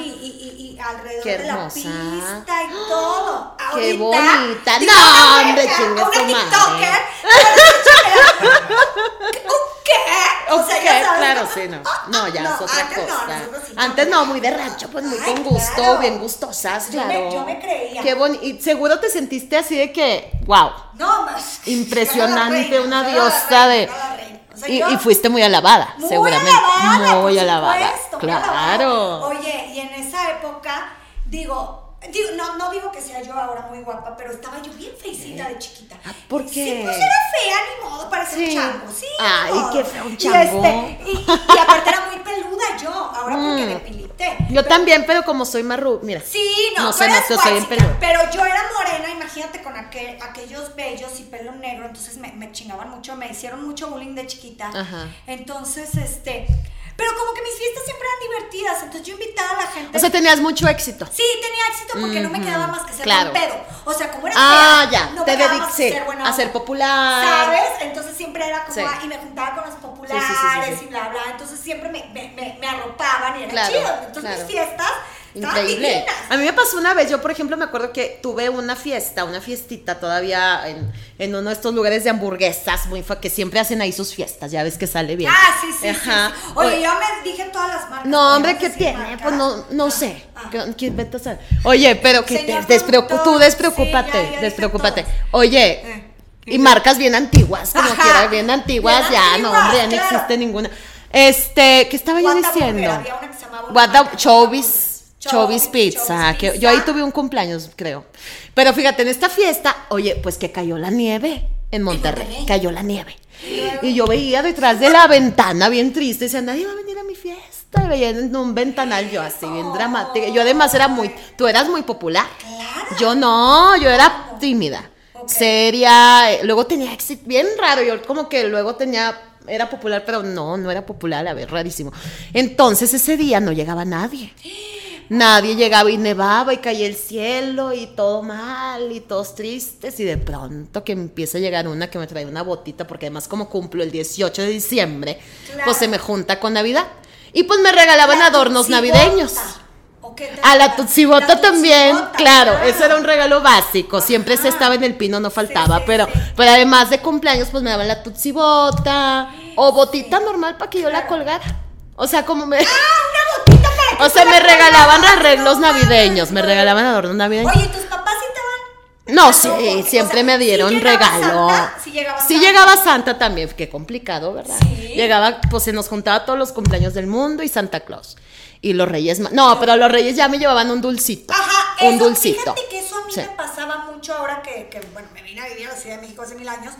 Speaker 1: Talía.
Speaker 2: Y, y, y- y alrededor
Speaker 1: Qué
Speaker 2: de la
Speaker 1: hermosa. ¡Ah!
Speaker 2: pista y todo.
Speaker 1: Qué
Speaker 2: Ahorita,
Speaker 1: bonita.
Speaker 2: digo,
Speaker 1: No,
Speaker 2: una
Speaker 1: hombre,
Speaker 2: vieja,
Speaker 1: chinga
Speaker 2: una
Speaker 1: tu madre.
Speaker 2: tiktoker, pero un chambelán. ¿Un qué? O sea,
Speaker 1: Ok,
Speaker 2: ya sabes,
Speaker 1: claro,
Speaker 2: ¿no?
Speaker 1: sí, no.
Speaker 2: Ah,
Speaker 1: No, ya es otra
Speaker 2: antes no,
Speaker 1: cosa.
Speaker 2: nosotros sí
Speaker 1: antes no,
Speaker 2: chambelán.
Speaker 1: muy de rancho, pues muy
Speaker 2: Ay,
Speaker 1: con gusto,
Speaker 2: claro.
Speaker 1: bien gustosas,
Speaker 2: Yo me-
Speaker 1: claro.
Speaker 2: yo me creía.
Speaker 1: Qué bonito. Y seguro te sentiste así de que, wow,
Speaker 2: No, más.
Speaker 1: impresionante,
Speaker 2: Yo era la
Speaker 1: una
Speaker 2: reina, yo era
Speaker 1: diosa
Speaker 2: la reina,
Speaker 1: de.
Speaker 2: yo era la reina. O sea,
Speaker 1: Y,
Speaker 2: yo-
Speaker 1: y fuiste muy alabada,
Speaker 2: Muy
Speaker 1: seguramente.
Speaker 2: alabada, por
Speaker 1: muy alabada.
Speaker 2: supuesto, muy alabada.
Speaker 1: Claro.
Speaker 2: Oye, y en esa época, digo, digo no, no digo que sea yo ahora muy guapa, pero estaba yo bien feicita de chiquita.
Speaker 1: Ah, ¿por qué?
Speaker 2: Sí, pues era fea, ni modo, parecía
Speaker 1: Sí.
Speaker 2: un chango, sí. ni
Speaker 1: Ay,
Speaker 2: modo.
Speaker 1: qué feo, un
Speaker 2: Y
Speaker 1: chango.
Speaker 2: este, Y, y aparte era muy peluda yo, ahora porque
Speaker 1: Mm.
Speaker 2: depilité.
Speaker 1: Yo
Speaker 2: Pero-
Speaker 1: también, pero como soy marru, mira.
Speaker 2: Sí, no,
Speaker 1: No
Speaker 2: tú
Speaker 1: sé, no
Speaker 2: eres
Speaker 1: te estoy en
Speaker 2: guachica,
Speaker 1: pelo.
Speaker 2: Pero yo era morena, imagínate, con aquel- aquellos bellos y pelo negro, entonces me, me chingaban mucho, me hicieron mucho bullying de chiquita.
Speaker 1: Ajá.
Speaker 2: Entonces, este, pero como que mis fiestas siempre eran divertidas, entonces yo invitaba a la gente.
Speaker 1: O sea, tenías mucho éxito.
Speaker 2: sí, tenía éxito porque no me quedaba más que ser
Speaker 1: claro.
Speaker 2: buen pedo. O sea, como era
Speaker 1: Ah,
Speaker 2: fea,
Speaker 1: ya.
Speaker 2: no
Speaker 1: te
Speaker 2: me quedaba más que
Speaker 1: dediqué
Speaker 2: ser buena
Speaker 1: a ser
Speaker 2: onda.
Speaker 1: popular.
Speaker 2: ¿Sabes? Entonces siempre era como,
Speaker 1: Sí.
Speaker 2: ah, y me juntaba con los populares
Speaker 1: sí, sí, sí.
Speaker 2: y bla, bla. Entonces siempre me, me, me- me arropaban y era
Speaker 1: Claro,
Speaker 2: chido. Entonces
Speaker 1: claro.
Speaker 2: mis fiestas Estaban
Speaker 1: Increíble.
Speaker 2: divinas.
Speaker 1: A mí me pasó una vez, yo por ejemplo me acuerdo que tuve una fiesta, una fiestita todavía en, en uno de estos lugares de hamburguesas muy fa- que siempre hacen ahí sus fiestas, ya ves que sale bien.
Speaker 2: Ah, sí, sí,
Speaker 1: Ajá.
Speaker 2: sí, sí. Oye, yo me dije todas las marcas.
Speaker 1: No, hombre,
Speaker 2: podíamos
Speaker 1: ¿qué
Speaker 2: decir
Speaker 1: tiene?
Speaker 2: marcas.
Speaker 1: Pues no, no
Speaker 2: Ah,
Speaker 1: sé.
Speaker 2: ah.
Speaker 1: ¿Qué- qué vete a saber? Oye, pero que
Speaker 2: Señor
Speaker 1: te despreocu- tú
Speaker 2: productor,
Speaker 1: despreocúpate,
Speaker 2: sí, ya, ya dije
Speaker 1: despreocúpate.
Speaker 2: todas.
Speaker 1: Oye,
Speaker 2: Eh,
Speaker 1: y marcas bien antiguas, como
Speaker 2: Ajá.
Speaker 1: quieras, bien antiguas,
Speaker 2: Bien
Speaker 1: ya, no,
Speaker 2: antiguas,
Speaker 1: hombre, ya no
Speaker 2: claro.
Speaker 1: existe ninguna. Este, ¿qué estaba yo
Speaker 2: Guata Burger,
Speaker 1: diciendo?
Speaker 2: había una que se llamaba
Speaker 1: What the-
Speaker 2: Guata
Speaker 1: Chovis.
Speaker 2: Chovis,
Speaker 1: Chovis Pizza,
Speaker 2: Chovis
Speaker 1: que yo ahí
Speaker 2: Pizza.
Speaker 1: tuve un cumpleaños, creo. Pero fíjate, en esta fiesta, oye, pues que cayó la nieve en Monterrey,
Speaker 2: Monterrey.
Speaker 1: cayó la nieve.
Speaker 2: luego?
Speaker 1: Y yo veía detrás de la ventana bien triste, decía, nadie va a venir a mi fiesta. Y veía en un ventanal yo así, bien dramática. Yo además era muy, tú eras muy popular.
Speaker 2: Claro.
Speaker 1: Yo no, yo era tímida,
Speaker 2: Ok.
Speaker 1: seria, eh, luego tenía éxito, bien raro, yo como que luego tenía, era popular, pero no, no era popular, a ver, rarísimo. Entonces ese día no llegaba nadie. Nadie llegaba y nevaba y caía el cielo y todo mal y todos tristes y de pronto que empieza a llegar una que me trae una botita porque además como cumplo el 18 de diciembre,
Speaker 2: Claro.
Speaker 1: pues se me junta con Navidad y pues me regalaban
Speaker 2: La
Speaker 1: adornos
Speaker 2: tutsibota.
Speaker 1: navideños.
Speaker 2: ¿O qué te-
Speaker 1: A la tutsibota
Speaker 2: La
Speaker 1: también,
Speaker 2: tutsibota, Ah,
Speaker 1: claro, eso era un regalo básico, siempre se
Speaker 2: Ajá.
Speaker 1: estaba en el pino, no faltaba,
Speaker 2: sí,
Speaker 1: pero,
Speaker 2: sí.
Speaker 1: pero además de cumpleaños, pues me daban la tutsibota o botita normal para que yo la
Speaker 2: Claro.
Speaker 1: colgara. O sea, como me...
Speaker 2: Botita para que
Speaker 1: O sea,
Speaker 2: tú
Speaker 1: me
Speaker 2: la
Speaker 1: regalaban
Speaker 2: colgabas,
Speaker 1: arreglos
Speaker 2: no mames,
Speaker 1: navideños, me
Speaker 2: güey.
Speaker 1: regalaban adornos navideños.
Speaker 2: Oye, ¿tus papás sí te van?
Speaker 1: No,
Speaker 2: Ah,
Speaker 1: sí, eh,
Speaker 2: porque,
Speaker 1: siempre
Speaker 2: o sea,
Speaker 1: me dieron
Speaker 2: ¿sí llegaba
Speaker 1: regalo.
Speaker 2: Santa? Sí llegaba
Speaker 1: Sí
Speaker 2: Santa.
Speaker 1: llegaba Santa también, qué complicado, ¿verdad?
Speaker 2: Sí.
Speaker 1: Llegaba, pues se nos juntaba todos los cumpleaños del mundo y Santa Claus. Y los reyes, ma- no, pero los reyes ya me llevaban un dulcito.
Speaker 2: Ajá,
Speaker 1: un
Speaker 2: eso,
Speaker 1: dulcito.
Speaker 2: Fíjate que eso a mí
Speaker 1: Sí.
Speaker 2: me pasaba mucho ahora que, que, bueno, me vine a vivir a la Ciudad de México hace mil años,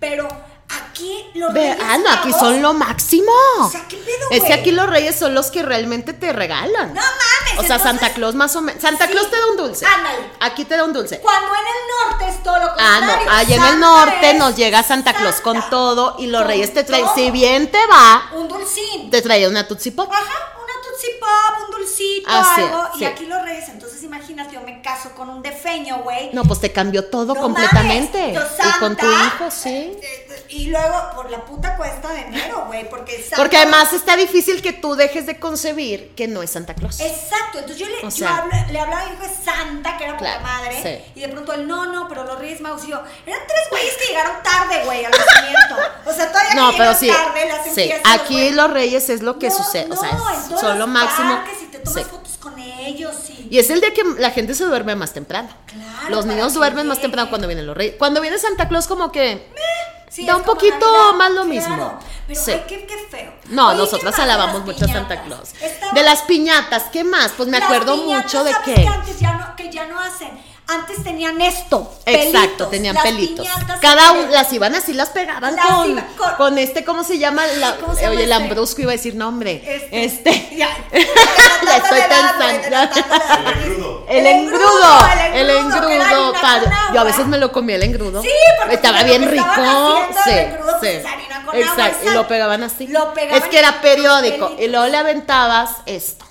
Speaker 2: pero aquí los
Speaker 1: Ve-
Speaker 2: Reyes
Speaker 1: ah, no, aquí
Speaker 2: Magos-
Speaker 1: son lo máximo.
Speaker 2: O sea, ¿qué pedo,
Speaker 1: es que
Speaker 2: güey?
Speaker 1: aquí los reyes son los que realmente te regalan.
Speaker 2: No mames,
Speaker 1: O sea,
Speaker 2: entonces-
Speaker 1: Santa Claus más o menos. Santa
Speaker 2: Sí.
Speaker 1: Claus te da un dulce.
Speaker 2: Ándale.
Speaker 1: Aquí te da un dulce.
Speaker 2: Cuando en el norte es todo lo
Speaker 1: Ah,
Speaker 2: contrario.
Speaker 1: no, allá en el
Speaker 2: Santa
Speaker 1: norte
Speaker 2: es
Speaker 1: nos llega Santa Claus con
Speaker 2: Santa.
Speaker 1: todo y los
Speaker 2: Con
Speaker 1: reyes te traen,
Speaker 2: todo.
Speaker 1: si bien te va,
Speaker 2: Un dulcín.
Speaker 1: te traen una Tootsie Pop.
Speaker 2: Ajá, una Tootsie Pop, un dulcito,
Speaker 1: Así es,
Speaker 2: algo.
Speaker 1: Ah, sí.
Speaker 2: Y aquí los reyes, entonces imagínate, yo me caso con un defeño, güey.
Speaker 1: No, pues te cambió todo
Speaker 2: No
Speaker 1: completamente.
Speaker 2: mames, yo
Speaker 1: y con tu
Speaker 2: Santa,
Speaker 1: hijo, sí.
Speaker 2: eh, eh, Y luego por la puta cuesta de enero, güey, porque Santa-
Speaker 1: Porque además está difícil que tú dejes de concebir que no es Santa Claus.
Speaker 2: Exacto, entonces yo le,
Speaker 1: O
Speaker 2: yo
Speaker 1: sea.
Speaker 2: habla- le hablaba a mi hijo de Santa, que era poca
Speaker 1: Claro,
Speaker 2: madre,
Speaker 1: sí.
Speaker 2: y de pronto él, no, no, pero los Reyes Magos, y yo, eran tres güeyes que llegaron tarde, güey, al nacimiento. O sea, todavía
Speaker 1: No,
Speaker 2: que
Speaker 1: pero
Speaker 2: llegan
Speaker 1: sí.
Speaker 2: tarde, las hacen
Speaker 1: sí,
Speaker 2: fiestas,
Speaker 1: Aquí
Speaker 2: güey.
Speaker 1: los reyes es lo que
Speaker 2: No,
Speaker 1: sucede. o sea,
Speaker 2: no, en
Speaker 1: es
Speaker 2: todos
Speaker 1: son lo
Speaker 2: los
Speaker 1: máximo.
Speaker 2: parques, y te tomas
Speaker 1: Sí.
Speaker 2: fotos con ellos, y...
Speaker 1: Y es el día que la gente se duerme más temprano.
Speaker 2: Claro,
Speaker 1: Los
Speaker 2: para
Speaker 1: niños
Speaker 2: que
Speaker 1: duermen más
Speaker 2: llegue.
Speaker 1: temprano cuando vienen los reyes. Cuando viene Santa Claus, como que.
Speaker 2: Sí,
Speaker 1: da
Speaker 2: es
Speaker 1: un
Speaker 2: como
Speaker 1: poquito
Speaker 2: Navidad,
Speaker 1: más lo
Speaker 2: claro,
Speaker 1: mismo.
Speaker 2: Pero
Speaker 1: Sí.
Speaker 2: ay, qué, qué feo.
Speaker 1: No,
Speaker 2: Oye, ¿qué
Speaker 1: nosotras
Speaker 2: más de
Speaker 1: alabamos
Speaker 2: las
Speaker 1: mucho a Santa
Speaker 2: piñatas?
Speaker 1: Claus.
Speaker 2: Estaba-
Speaker 1: De las piñatas, ¿qué más? Pues me
Speaker 2: Las
Speaker 1: acuerdo
Speaker 2: piñatas,
Speaker 1: mucho de
Speaker 2: ¿sabes
Speaker 1: que.
Speaker 2: qué antes ya no, que ya no hacen. Antes tenían esto.
Speaker 1: Exacto,
Speaker 2: pelitos.
Speaker 1: tenían
Speaker 2: Las
Speaker 1: pelitos.
Speaker 2: piñatas
Speaker 1: Cada
Speaker 2: tenían-
Speaker 1: una, las iban así, las pegaban
Speaker 2: Las
Speaker 1: con,
Speaker 2: iba- con-
Speaker 1: con este, ¿cómo se llama? La-
Speaker 2: ¿cómo se llama
Speaker 1: oye, el
Speaker 2: este?
Speaker 1: ambrosco iba a decir nombre. Este.
Speaker 2: Este. Ya. Estoy
Speaker 1: La estoy
Speaker 2: tratando de
Speaker 1: pensando.
Speaker 2: dar, güey, tratando de
Speaker 3: El
Speaker 2: dar.
Speaker 3: engrudo.
Speaker 1: El
Speaker 2: El
Speaker 1: engrudo,
Speaker 2: engrudo,
Speaker 1: el
Speaker 2: el engrudo, que
Speaker 1: engrudo,
Speaker 2: era harina
Speaker 1: padre.
Speaker 2: con agua.
Speaker 1: Yo a veces me lo comía el engrudo.
Speaker 2: Sí, porque
Speaker 1: estaba
Speaker 2: lo
Speaker 1: bien
Speaker 2: que
Speaker 1: rico.
Speaker 2: estaban haciendo
Speaker 1: sí,
Speaker 2: el engrudo,
Speaker 1: sí.
Speaker 2: pues, harina con
Speaker 1: Exacto,
Speaker 2: agua y
Speaker 1: y
Speaker 2: sal.
Speaker 1: lo pegaban así.
Speaker 2: Lo pegaban
Speaker 1: es que
Speaker 2: y
Speaker 1: era
Speaker 2: con
Speaker 1: periódico y
Speaker 2: pelitos.
Speaker 1: luego le aventabas esto.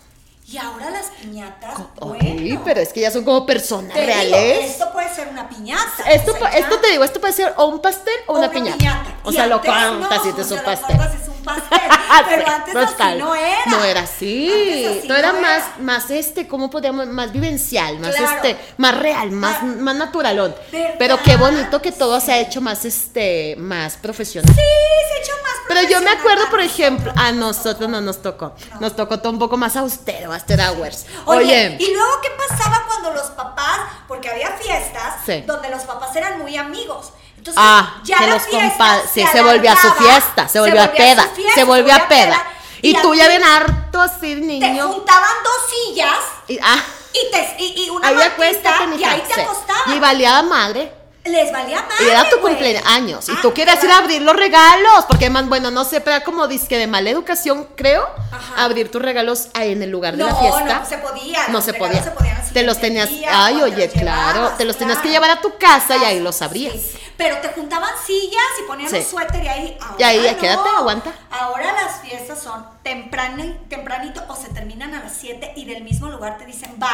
Speaker 2: Y ahora las piñatas.
Speaker 1: Uy,
Speaker 2: bueno,
Speaker 1: pero es que ya son como personas
Speaker 2: te digo,
Speaker 1: reales.
Speaker 2: esto puede ser una piñata.
Speaker 1: Esto,
Speaker 2: o sea,
Speaker 1: pa-
Speaker 2: ya.
Speaker 1: esto te digo, esto puede ser o un pastel o una, piñata. O
Speaker 2: Y
Speaker 1: sea, lo
Speaker 2: antes
Speaker 1: cortas
Speaker 2: no,
Speaker 1: y te es
Speaker 2: o
Speaker 1: un
Speaker 2: sea, lo
Speaker 1: pastel.
Speaker 2: cortas y es un pastel. Pero
Speaker 1: Sí,
Speaker 2: antes
Speaker 1: no
Speaker 2: así
Speaker 1: tal.
Speaker 2: no era.
Speaker 1: No era así.
Speaker 2: Antes así
Speaker 1: no era
Speaker 2: no
Speaker 1: más, más este, ¿cómo podríamos? Más vivencial, más
Speaker 2: Claro.
Speaker 1: este, más real, más,
Speaker 2: Ah.
Speaker 1: más naturalón.
Speaker 2: ¿Verdad?
Speaker 1: Pero qué bonito que todo se ha
Speaker 2: Sí.
Speaker 1: hecho más este, más profesional.
Speaker 2: Sí, se echó más
Speaker 1: Pero yo me
Speaker 2: profesional
Speaker 1: acuerdo, por
Speaker 2: a
Speaker 1: ejemplo,
Speaker 2: nosotros.
Speaker 1: a nosotros no nos tocó.
Speaker 2: No.
Speaker 1: Nos tocó todo un poco más austero, after hours.
Speaker 2: Oye,
Speaker 1: Oye,
Speaker 2: ¿y luego qué pasaba cuando los papás, porque había fiestas
Speaker 1: Sí.
Speaker 2: donde los papás eran muy amigos? Entonces,
Speaker 1: Ah,
Speaker 2: ya
Speaker 1: que
Speaker 2: la
Speaker 1: los
Speaker 2: fiesta
Speaker 1: compadres. Sí, se
Speaker 2: alargaba,
Speaker 1: volvió a su fiesta, se volvió a peda,
Speaker 2: su fiesta,
Speaker 1: se volvió a peda. Y tú ya
Speaker 2: aquí
Speaker 1: bien harto así,
Speaker 2: Te
Speaker 1: niño.
Speaker 2: juntaban dos sillas
Speaker 1: Y, ah,
Speaker 2: y, te, y, y una
Speaker 1: ahí
Speaker 2: banquita,
Speaker 1: acuéstate, mija,
Speaker 2: y ahí
Speaker 1: sí.
Speaker 2: te acostabas.
Speaker 1: Y valía madre.
Speaker 2: Les valía más.
Speaker 1: Y era tu cumpleaños.
Speaker 2: Ah,
Speaker 1: Y tú querías ir a abrir los regalos. Porque además, bueno, no sé, pero era como disque de mala educación, creo.
Speaker 2: Ajá.
Speaker 1: Abrir tus regalos ahí en el lugar de
Speaker 2: No,
Speaker 1: la fiesta.
Speaker 2: no se podía,
Speaker 1: No
Speaker 2: los
Speaker 1: se
Speaker 2: regalos
Speaker 1: podía.
Speaker 2: se podían al
Speaker 1: te los
Speaker 2: siguiente
Speaker 1: tenías.
Speaker 2: día,
Speaker 1: ay,
Speaker 2: cuando los
Speaker 1: oye, claro.
Speaker 2: llevabas,
Speaker 1: Te los tenías que
Speaker 2: claro.
Speaker 1: llevar a tu casa y ahí los abrías.
Speaker 2: Sí, Pero te juntaban sillas y ponían
Speaker 1: Sí.
Speaker 2: un suéter y ahí. Ahora
Speaker 1: Y ahí ya
Speaker 2: no.
Speaker 1: quédate, aguanta.
Speaker 2: Ahora las fiestas son temprano, tempranito o se terminan a las 7 y del mismo lugar te dicen bye,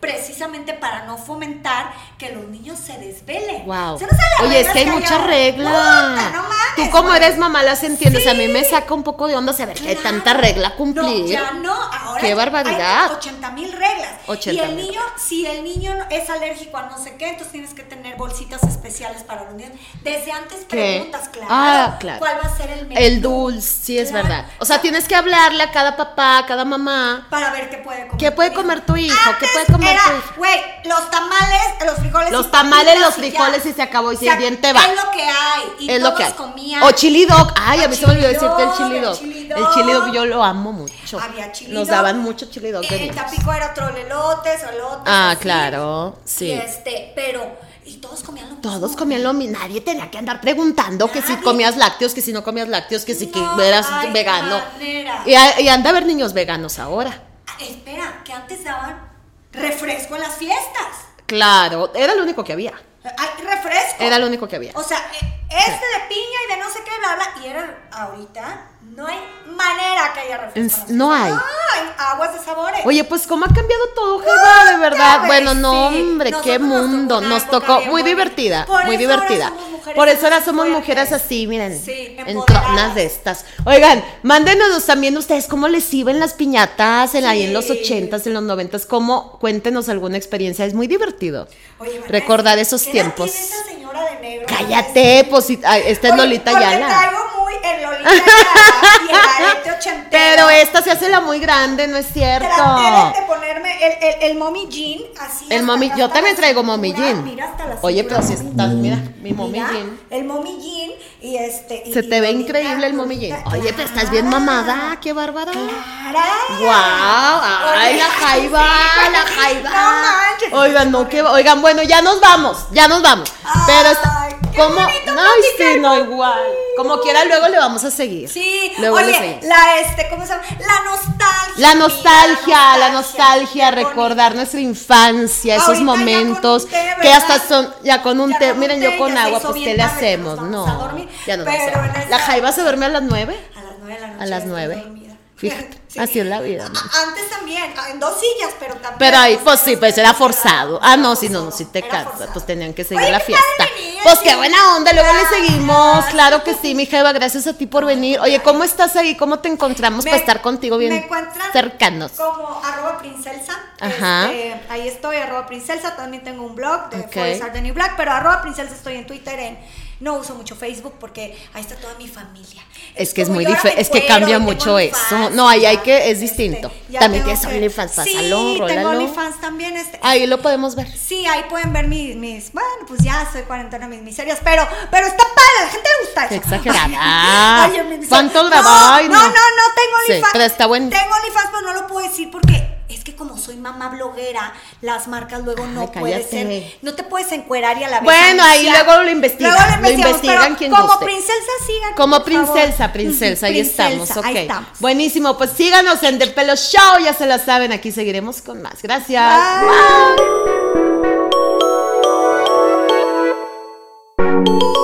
Speaker 2: precisamente para no fomentar que los niños se desvelen.
Speaker 1: Wow.
Speaker 2: O sea, no sabes las
Speaker 1: Oye, es que hay muchas
Speaker 2: ahora.
Speaker 1: reglas.
Speaker 2: Puta, no mames,
Speaker 1: Tú como
Speaker 2: güey.
Speaker 1: eres mamá las entiendes. A mí
Speaker 2: Sí.
Speaker 1: me saca un poco de onda saber que hay
Speaker 2: Claro.
Speaker 1: tanta Eh, regla a cumplir.
Speaker 2: No, ya no. Ahora Ahora
Speaker 1: ¡Qué
Speaker 2: hay
Speaker 1: barbaridad!
Speaker 2: 80 mil reglas.
Speaker 1: 80
Speaker 2: y el
Speaker 1: mil.
Speaker 2: niño, si el niño es alérgico a no sé qué, entonces tienes que tener bolsitas especiales para los niños. Desde antes preguntas, claro.
Speaker 1: Ah, claro.
Speaker 2: ¿Cuál va a ser el menú?
Speaker 1: El dulce, sí es
Speaker 2: Claro.
Speaker 1: verdad. O sea, tienes que hablarle a cada papá, a cada mamá.
Speaker 2: Para ver qué puede comer.
Speaker 1: ¿Qué puede
Speaker 2: tu
Speaker 1: comer tu hijo? ¿Qué
Speaker 2: Antes
Speaker 1: puede comer
Speaker 2: era,
Speaker 1: tu hijo?
Speaker 2: Güey, los tamales, los frijoles.
Speaker 1: Los
Speaker 2: y
Speaker 1: tamales,
Speaker 2: papitas
Speaker 1: los
Speaker 2: y ya.
Speaker 1: frijoles y se acabó, y si
Speaker 2: O sea,
Speaker 1: es bien te va.
Speaker 2: Es lo que hay. Y
Speaker 1: es
Speaker 2: todos
Speaker 1: lo que hay.
Speaker 2: comían.
Speaker 1: O chili dog. Ay, a mí
Speaker 2: O
Speaker 1: se me olvidó
Speaker 2: chili
Speaker 1: decirte el
Speaker 2: dog,
Speaker 1: chili
Speaker 2: el
Speaker 1: dog.
Speaker 2: chili
Speaker 1: El chili dog
Speaker 2: dog.
Speaker 1: yo lo amo mucho.
Speaker 2: Había chili
Speaker 1: Nos
Speaker 2: dog.
Speaker 1: daban mucho chili dog de
Speaker 2: En
Speaker 1: niños.
Speaker 2: Tampico era trolelotes, olotes.
Speaker 1: Ah,
Speaker 2: así.
Speaker 1: claro, sí.
Speaker 2: Y este, pero. Y todos comían lo mismo.
Speaker 1: Todos comían lo mismo, nadie tenía que andar preguntando que si
Speaker 2: Nadie.
Speaker 1: comías lácteos, que si no comías lácteos, que si que
Speaker 2: No
Speaker 1: eras
Speaker 2: hay
Speaker 1: vegano.
Speaker 2: manera.
Speaker 1: Y, a- y anda a ver niños veganos ahora.
Speaker 2: Ah, Espera, que antes daban refresco en las fiestas.
Speaker 1: Claro, era lo único que había.
Speaker 2: Ay, refresco.
Speaker 1: Era lo único que había.
Speaker 2: O sea, eh, este de piña y de no sé qué, bla, bla. Y era ahorita, no hay manera que haya refresco. en las fiestas.
Speaker 1: No hay.
Speaker 2: No hay aguas de sabores.
Speaker 1: Oye, pues cómo ha cambiado todo, Jeva, de verdad.
Speaker 2: güey,
Speaker 1: Bueno, no,
Speaker 2: sí.
Speaker 1: hombre,
Speaker 2: Nosotros
Speaker 1: qué
Speaker 2: nos tocó
Speaker 1: mundo.
Speaker 2: una
Speaker 1: Nos
Speaker 2: época
Speaker 1: tocó
Speaker 2: bien
Speaker 1: muy
Speaker 2: bonita.
Speaker 1: divertida,
Speaker 2: Por
Speaker 1: muy
Speaker 2: eso ahora
Speaker 1: divertida.
Speaker 2: somos mujeres
Speaker 1: Por eso ahora
Speaker 2: así
Speaker 1: somos
Speaker 2: fuertes.
Speaker 1: mujeres así, miren,
Speaker 2: Sí,
Speaker 1: en
Speaker 2: empoderadas.
Speaker 1: tronas de estas. Oigan, mándenos también ustedes cómo les iban las piñatas en, ahí en los
Speaker 2: Sí.
Speaker 1: ochentas, en los noventas, cómo, cuéntenos alguna experiencia, es muy divertido.
Speaker 2: Oye, Vanessa,
Speaker 1: recordar esos
Speaker 2: ¿qué edad
Speaker 1: tiempos.
Speaker 2: tiene esa señora de negro?
Speaker 1: Cállate, pues, si- ay, esta es
Speaker 2: Oye,
Speaker 1: Lolita
Speaker 2: porque
Speaker 1: Yala.
Speaker 2: traigo muy el Lolita Yala y el arete ochentero.
Speaker 1: Pero esta se hace la muy grande, ¿no es cierto?
Speaker 2: Traté de- de ponerme el, el, el mommy jean así.
Speaker 1: El
Speaker 2: hasta
Speaker 1: mommy-
Speaker 2: acá,
Speaker 1: yo
Speaker 2: hasta
Speaker 1: también
Speaker 2: la
Speaker 1: traigo
Speaker 2: cintura,
Speaker 1: mommy jean.
Speaker 2: Mira hasta la
Speaker 1: Oye,
Speaker 2: cintura,
Speaker 1: pero si
Speaker 2: mommy
Speaker 1: estás-
Speaker 2: jean.
Speaker 1: mira, mi mommy
Speaker 2: Mira,
Speaker 1: jean.
Speaker 2: El mommy jean y este. y-
Speaker 1: Se
Speaker 2: y
Speaker 1: te ve
Speaker 2: Lolita,
Speaker 1: increíble el momillín.
Speaker 2: Lolita,
Speaker 1: Oye, pero estás bien
Speaker 2: claro.
Speaker 1: mamada, qué bárbara.
Speaker 2: ¡Caray!
Speaker 1: ¡Guau! ¡Ay,
Speaker 2: Oye,
Speaker 1: la jaiba!
Speaker 2: sí,
Speaker 1: ¡La
Speaker 2: sí,
Speaker 1: jaiba!
Speaker 2: no manches.
Speaker 1: Oigan, no, qué. Oigan, bueno, ya nos vamos, ya nos vamos. Pero está.
Speaker 2: Ay, qué
Speaker 1: ¿Cómo?
Speaker 2: bonito
Speaker 1: No,
Speaker 2: platicar
Speaker 1: sí, no, igual. Como quiera, luego le vamos a seguir.
Speaker 2: Sí,
Speaker 1: luego le
Speaker 2: oye,
Speaker 1: seguimos.
Speaker 2: la este, ¿cómo se llama? La nostalgia.
Speaker 1: La
Speaker 2: mira,
Speaker 1: nostalgia, la nostalgia,
Speaker 2: Qué bonito.
Speaker 1: recordar nuestra infancia, esos
Speaker 2: Ahorita ya con un
Speaker 1: momentos
Speaker 2: té, ¿verdad?
Speaker 1: que hasta son, ya con un
Speaker 2: Ya
Speaker 1: té,
Speaker 2: con un
Speaker 1: miren
Speaker 2: té
Speaker 1: yo con
Speaker 2: ya se
Speaker 1: agua,
Speaker 2: hizo
Speaker 1: pues
Speaker 2: bien
Speaker 1: ¿qué le
Speaker 2: tarde, ya nos
Speaker 1: hacemos?
Speaker 2: vamos a
Speaker 1: No,
Speaker 2: dormir.
Speaker 1: ya no vamos
Speaker 2: Pero
Speaker 1: a
Speaker 2: en
Speaker 1: La
Speaker 2: esa-
Speaker 1: Jaiba se duerme a las nueve,
Speaker 2: A las nueve de la noche.
Speaker 1: a las
Speaker 2: estoy
Speaker 1: nueve.
Speaker 2: dormida.
Speaker 1: Fíjate,
Speaker 2: Sí.
Speaker 1: así es la vida. ¿no?
Speaker 2: A- Antes también, a- en dos sillas, pero también.
Speaker 1: Pero ahí,
Speaker 2: no
Speaker 1: pues
Speaker 2: sé,
Speaker 1: sí,
Speaker 2: no
Speaker 1: pues
Speaker 2: sé,
Speaker 1: era
Speaker 2: era-
Speaker 1: forzado.
Speaker 2: era
Speaker 1: Ah, no, si no, no,
Speaker 2: forzado,
Speaker 1: si te
Speaker 2: era
Speaker 1: cansas,
Speaker 2: forzado.
Speaker 1: pues tenían que seguir
Speaker 2: Oye,
Speaker 1: la
Speaker 2: qué padre
Speaker 1: fiesta.
Speaker 2: venir,
Speaker 1: Pues qué
Speaker 2: sí.
Speaker 1: buena onda, luego le
Speaker 2: Gracias.
Speaker 1: seguimos. Claro que sí, mi Jeva, gracias a ti por venir. Oye, ¿cómo estás ahí? ¿Cómo te encontramos
Speaker 2: Me-
Speaker 1: para estar contigo
Speaker 2: me
Speaker 1: bien
Speaker 2: encuentran
Speaker 1: cercanos?
Speaker 2: Como arroba princelsa.
Speaker 1: Ajá.
Speaker 2: Este, ahí estoy, arroba princelsa. También tengo un blog de
Speaker 1: Ok.
Speaker 2: Forest Are the New Black, pero arroba princelsa estoy en Twitter. En, no uso mucho Facebook porque ahí está toda mi familia.
Speaker 1: Es que es
Speaker 2: como
Speaker 1: muy
Speaker 2: yo ahora
Speaker 1: diferente,
Speaker 2: me
Speaker 1: es que
Speaker 2: cuero y
Speaker 1: cambia
Speaker 2: tengo
Speaker 1: mucho
Speaker 2: OnlyFans,
Speaker 1: eso. No, ahí hay que, es
Speaker 2: este,
Speaker 1: distinto.
Speaker 2: ya
Speaker 1: También
Speaker 2: tengo
Speaker 1: tienes
Speaker 2: que-
Speaker 1: OnlyFans, pásalo,
Speaker 2: Sí, tengo
Speaker 1: rólalo.
Speaker 2: OnlyFans también. Este,
Speaker 1: Ahí lo podemos ver.
Speaker 2: Sí, ahí pueden ver mis, mis, bueno, pues ya soy cuarentona, mis miserias, pero, pero está padre, a la gente le gusta eso.
Speaker 1: Qué exagerada.
Speaker 2: Oye, mi-
Speaker 1: ¿Cuánto
Speaker 2: no,
Speaker 1: grabó? Ay,
Speaker 2: No, no,
Speaker 1: no.
Speaker 2: no, tengo
Speaker 1: Sí,
Speaker 2: OnlyFans.
Speaker 1: pero está bueno.
Speaker 2: Tengo OnlyFans, pero no lo puedo decir porque es que como soy mamá bloguera, las marcas luego no
Speaker 1: Ay,
Speaker 2: puede
Speaker 1: cállate.
Speaker 2: ser, no te puedes encuerar y a la vez
Speaker 1: Bueno, ahí
Speaker 2: anunciar.
Speaker 1: luego lo investigan,
Speaker 2: Luego
Speaker 1: lo
Speaker 2: investigamos,
Speaker 1: investigan
Speaker 2: pero
Speaker 1: quien
Speaker 2: Como
Speaker 1: guste.
Speaker 2: princesa, sigan,
Speaker 1: Como
Speaker 2: por favor.
Speaker 1: princesa, princesa, ahí
Speaker 2: Princesa,
Speaker 1: estamos, ok.
Speaker 2: ahí estamos.
Speaker 1: Buenísimo, pues síganos en The Pelo Show, ya se la saben, aquí seguiremos con más. Gracias.
Speaker 2: Bye.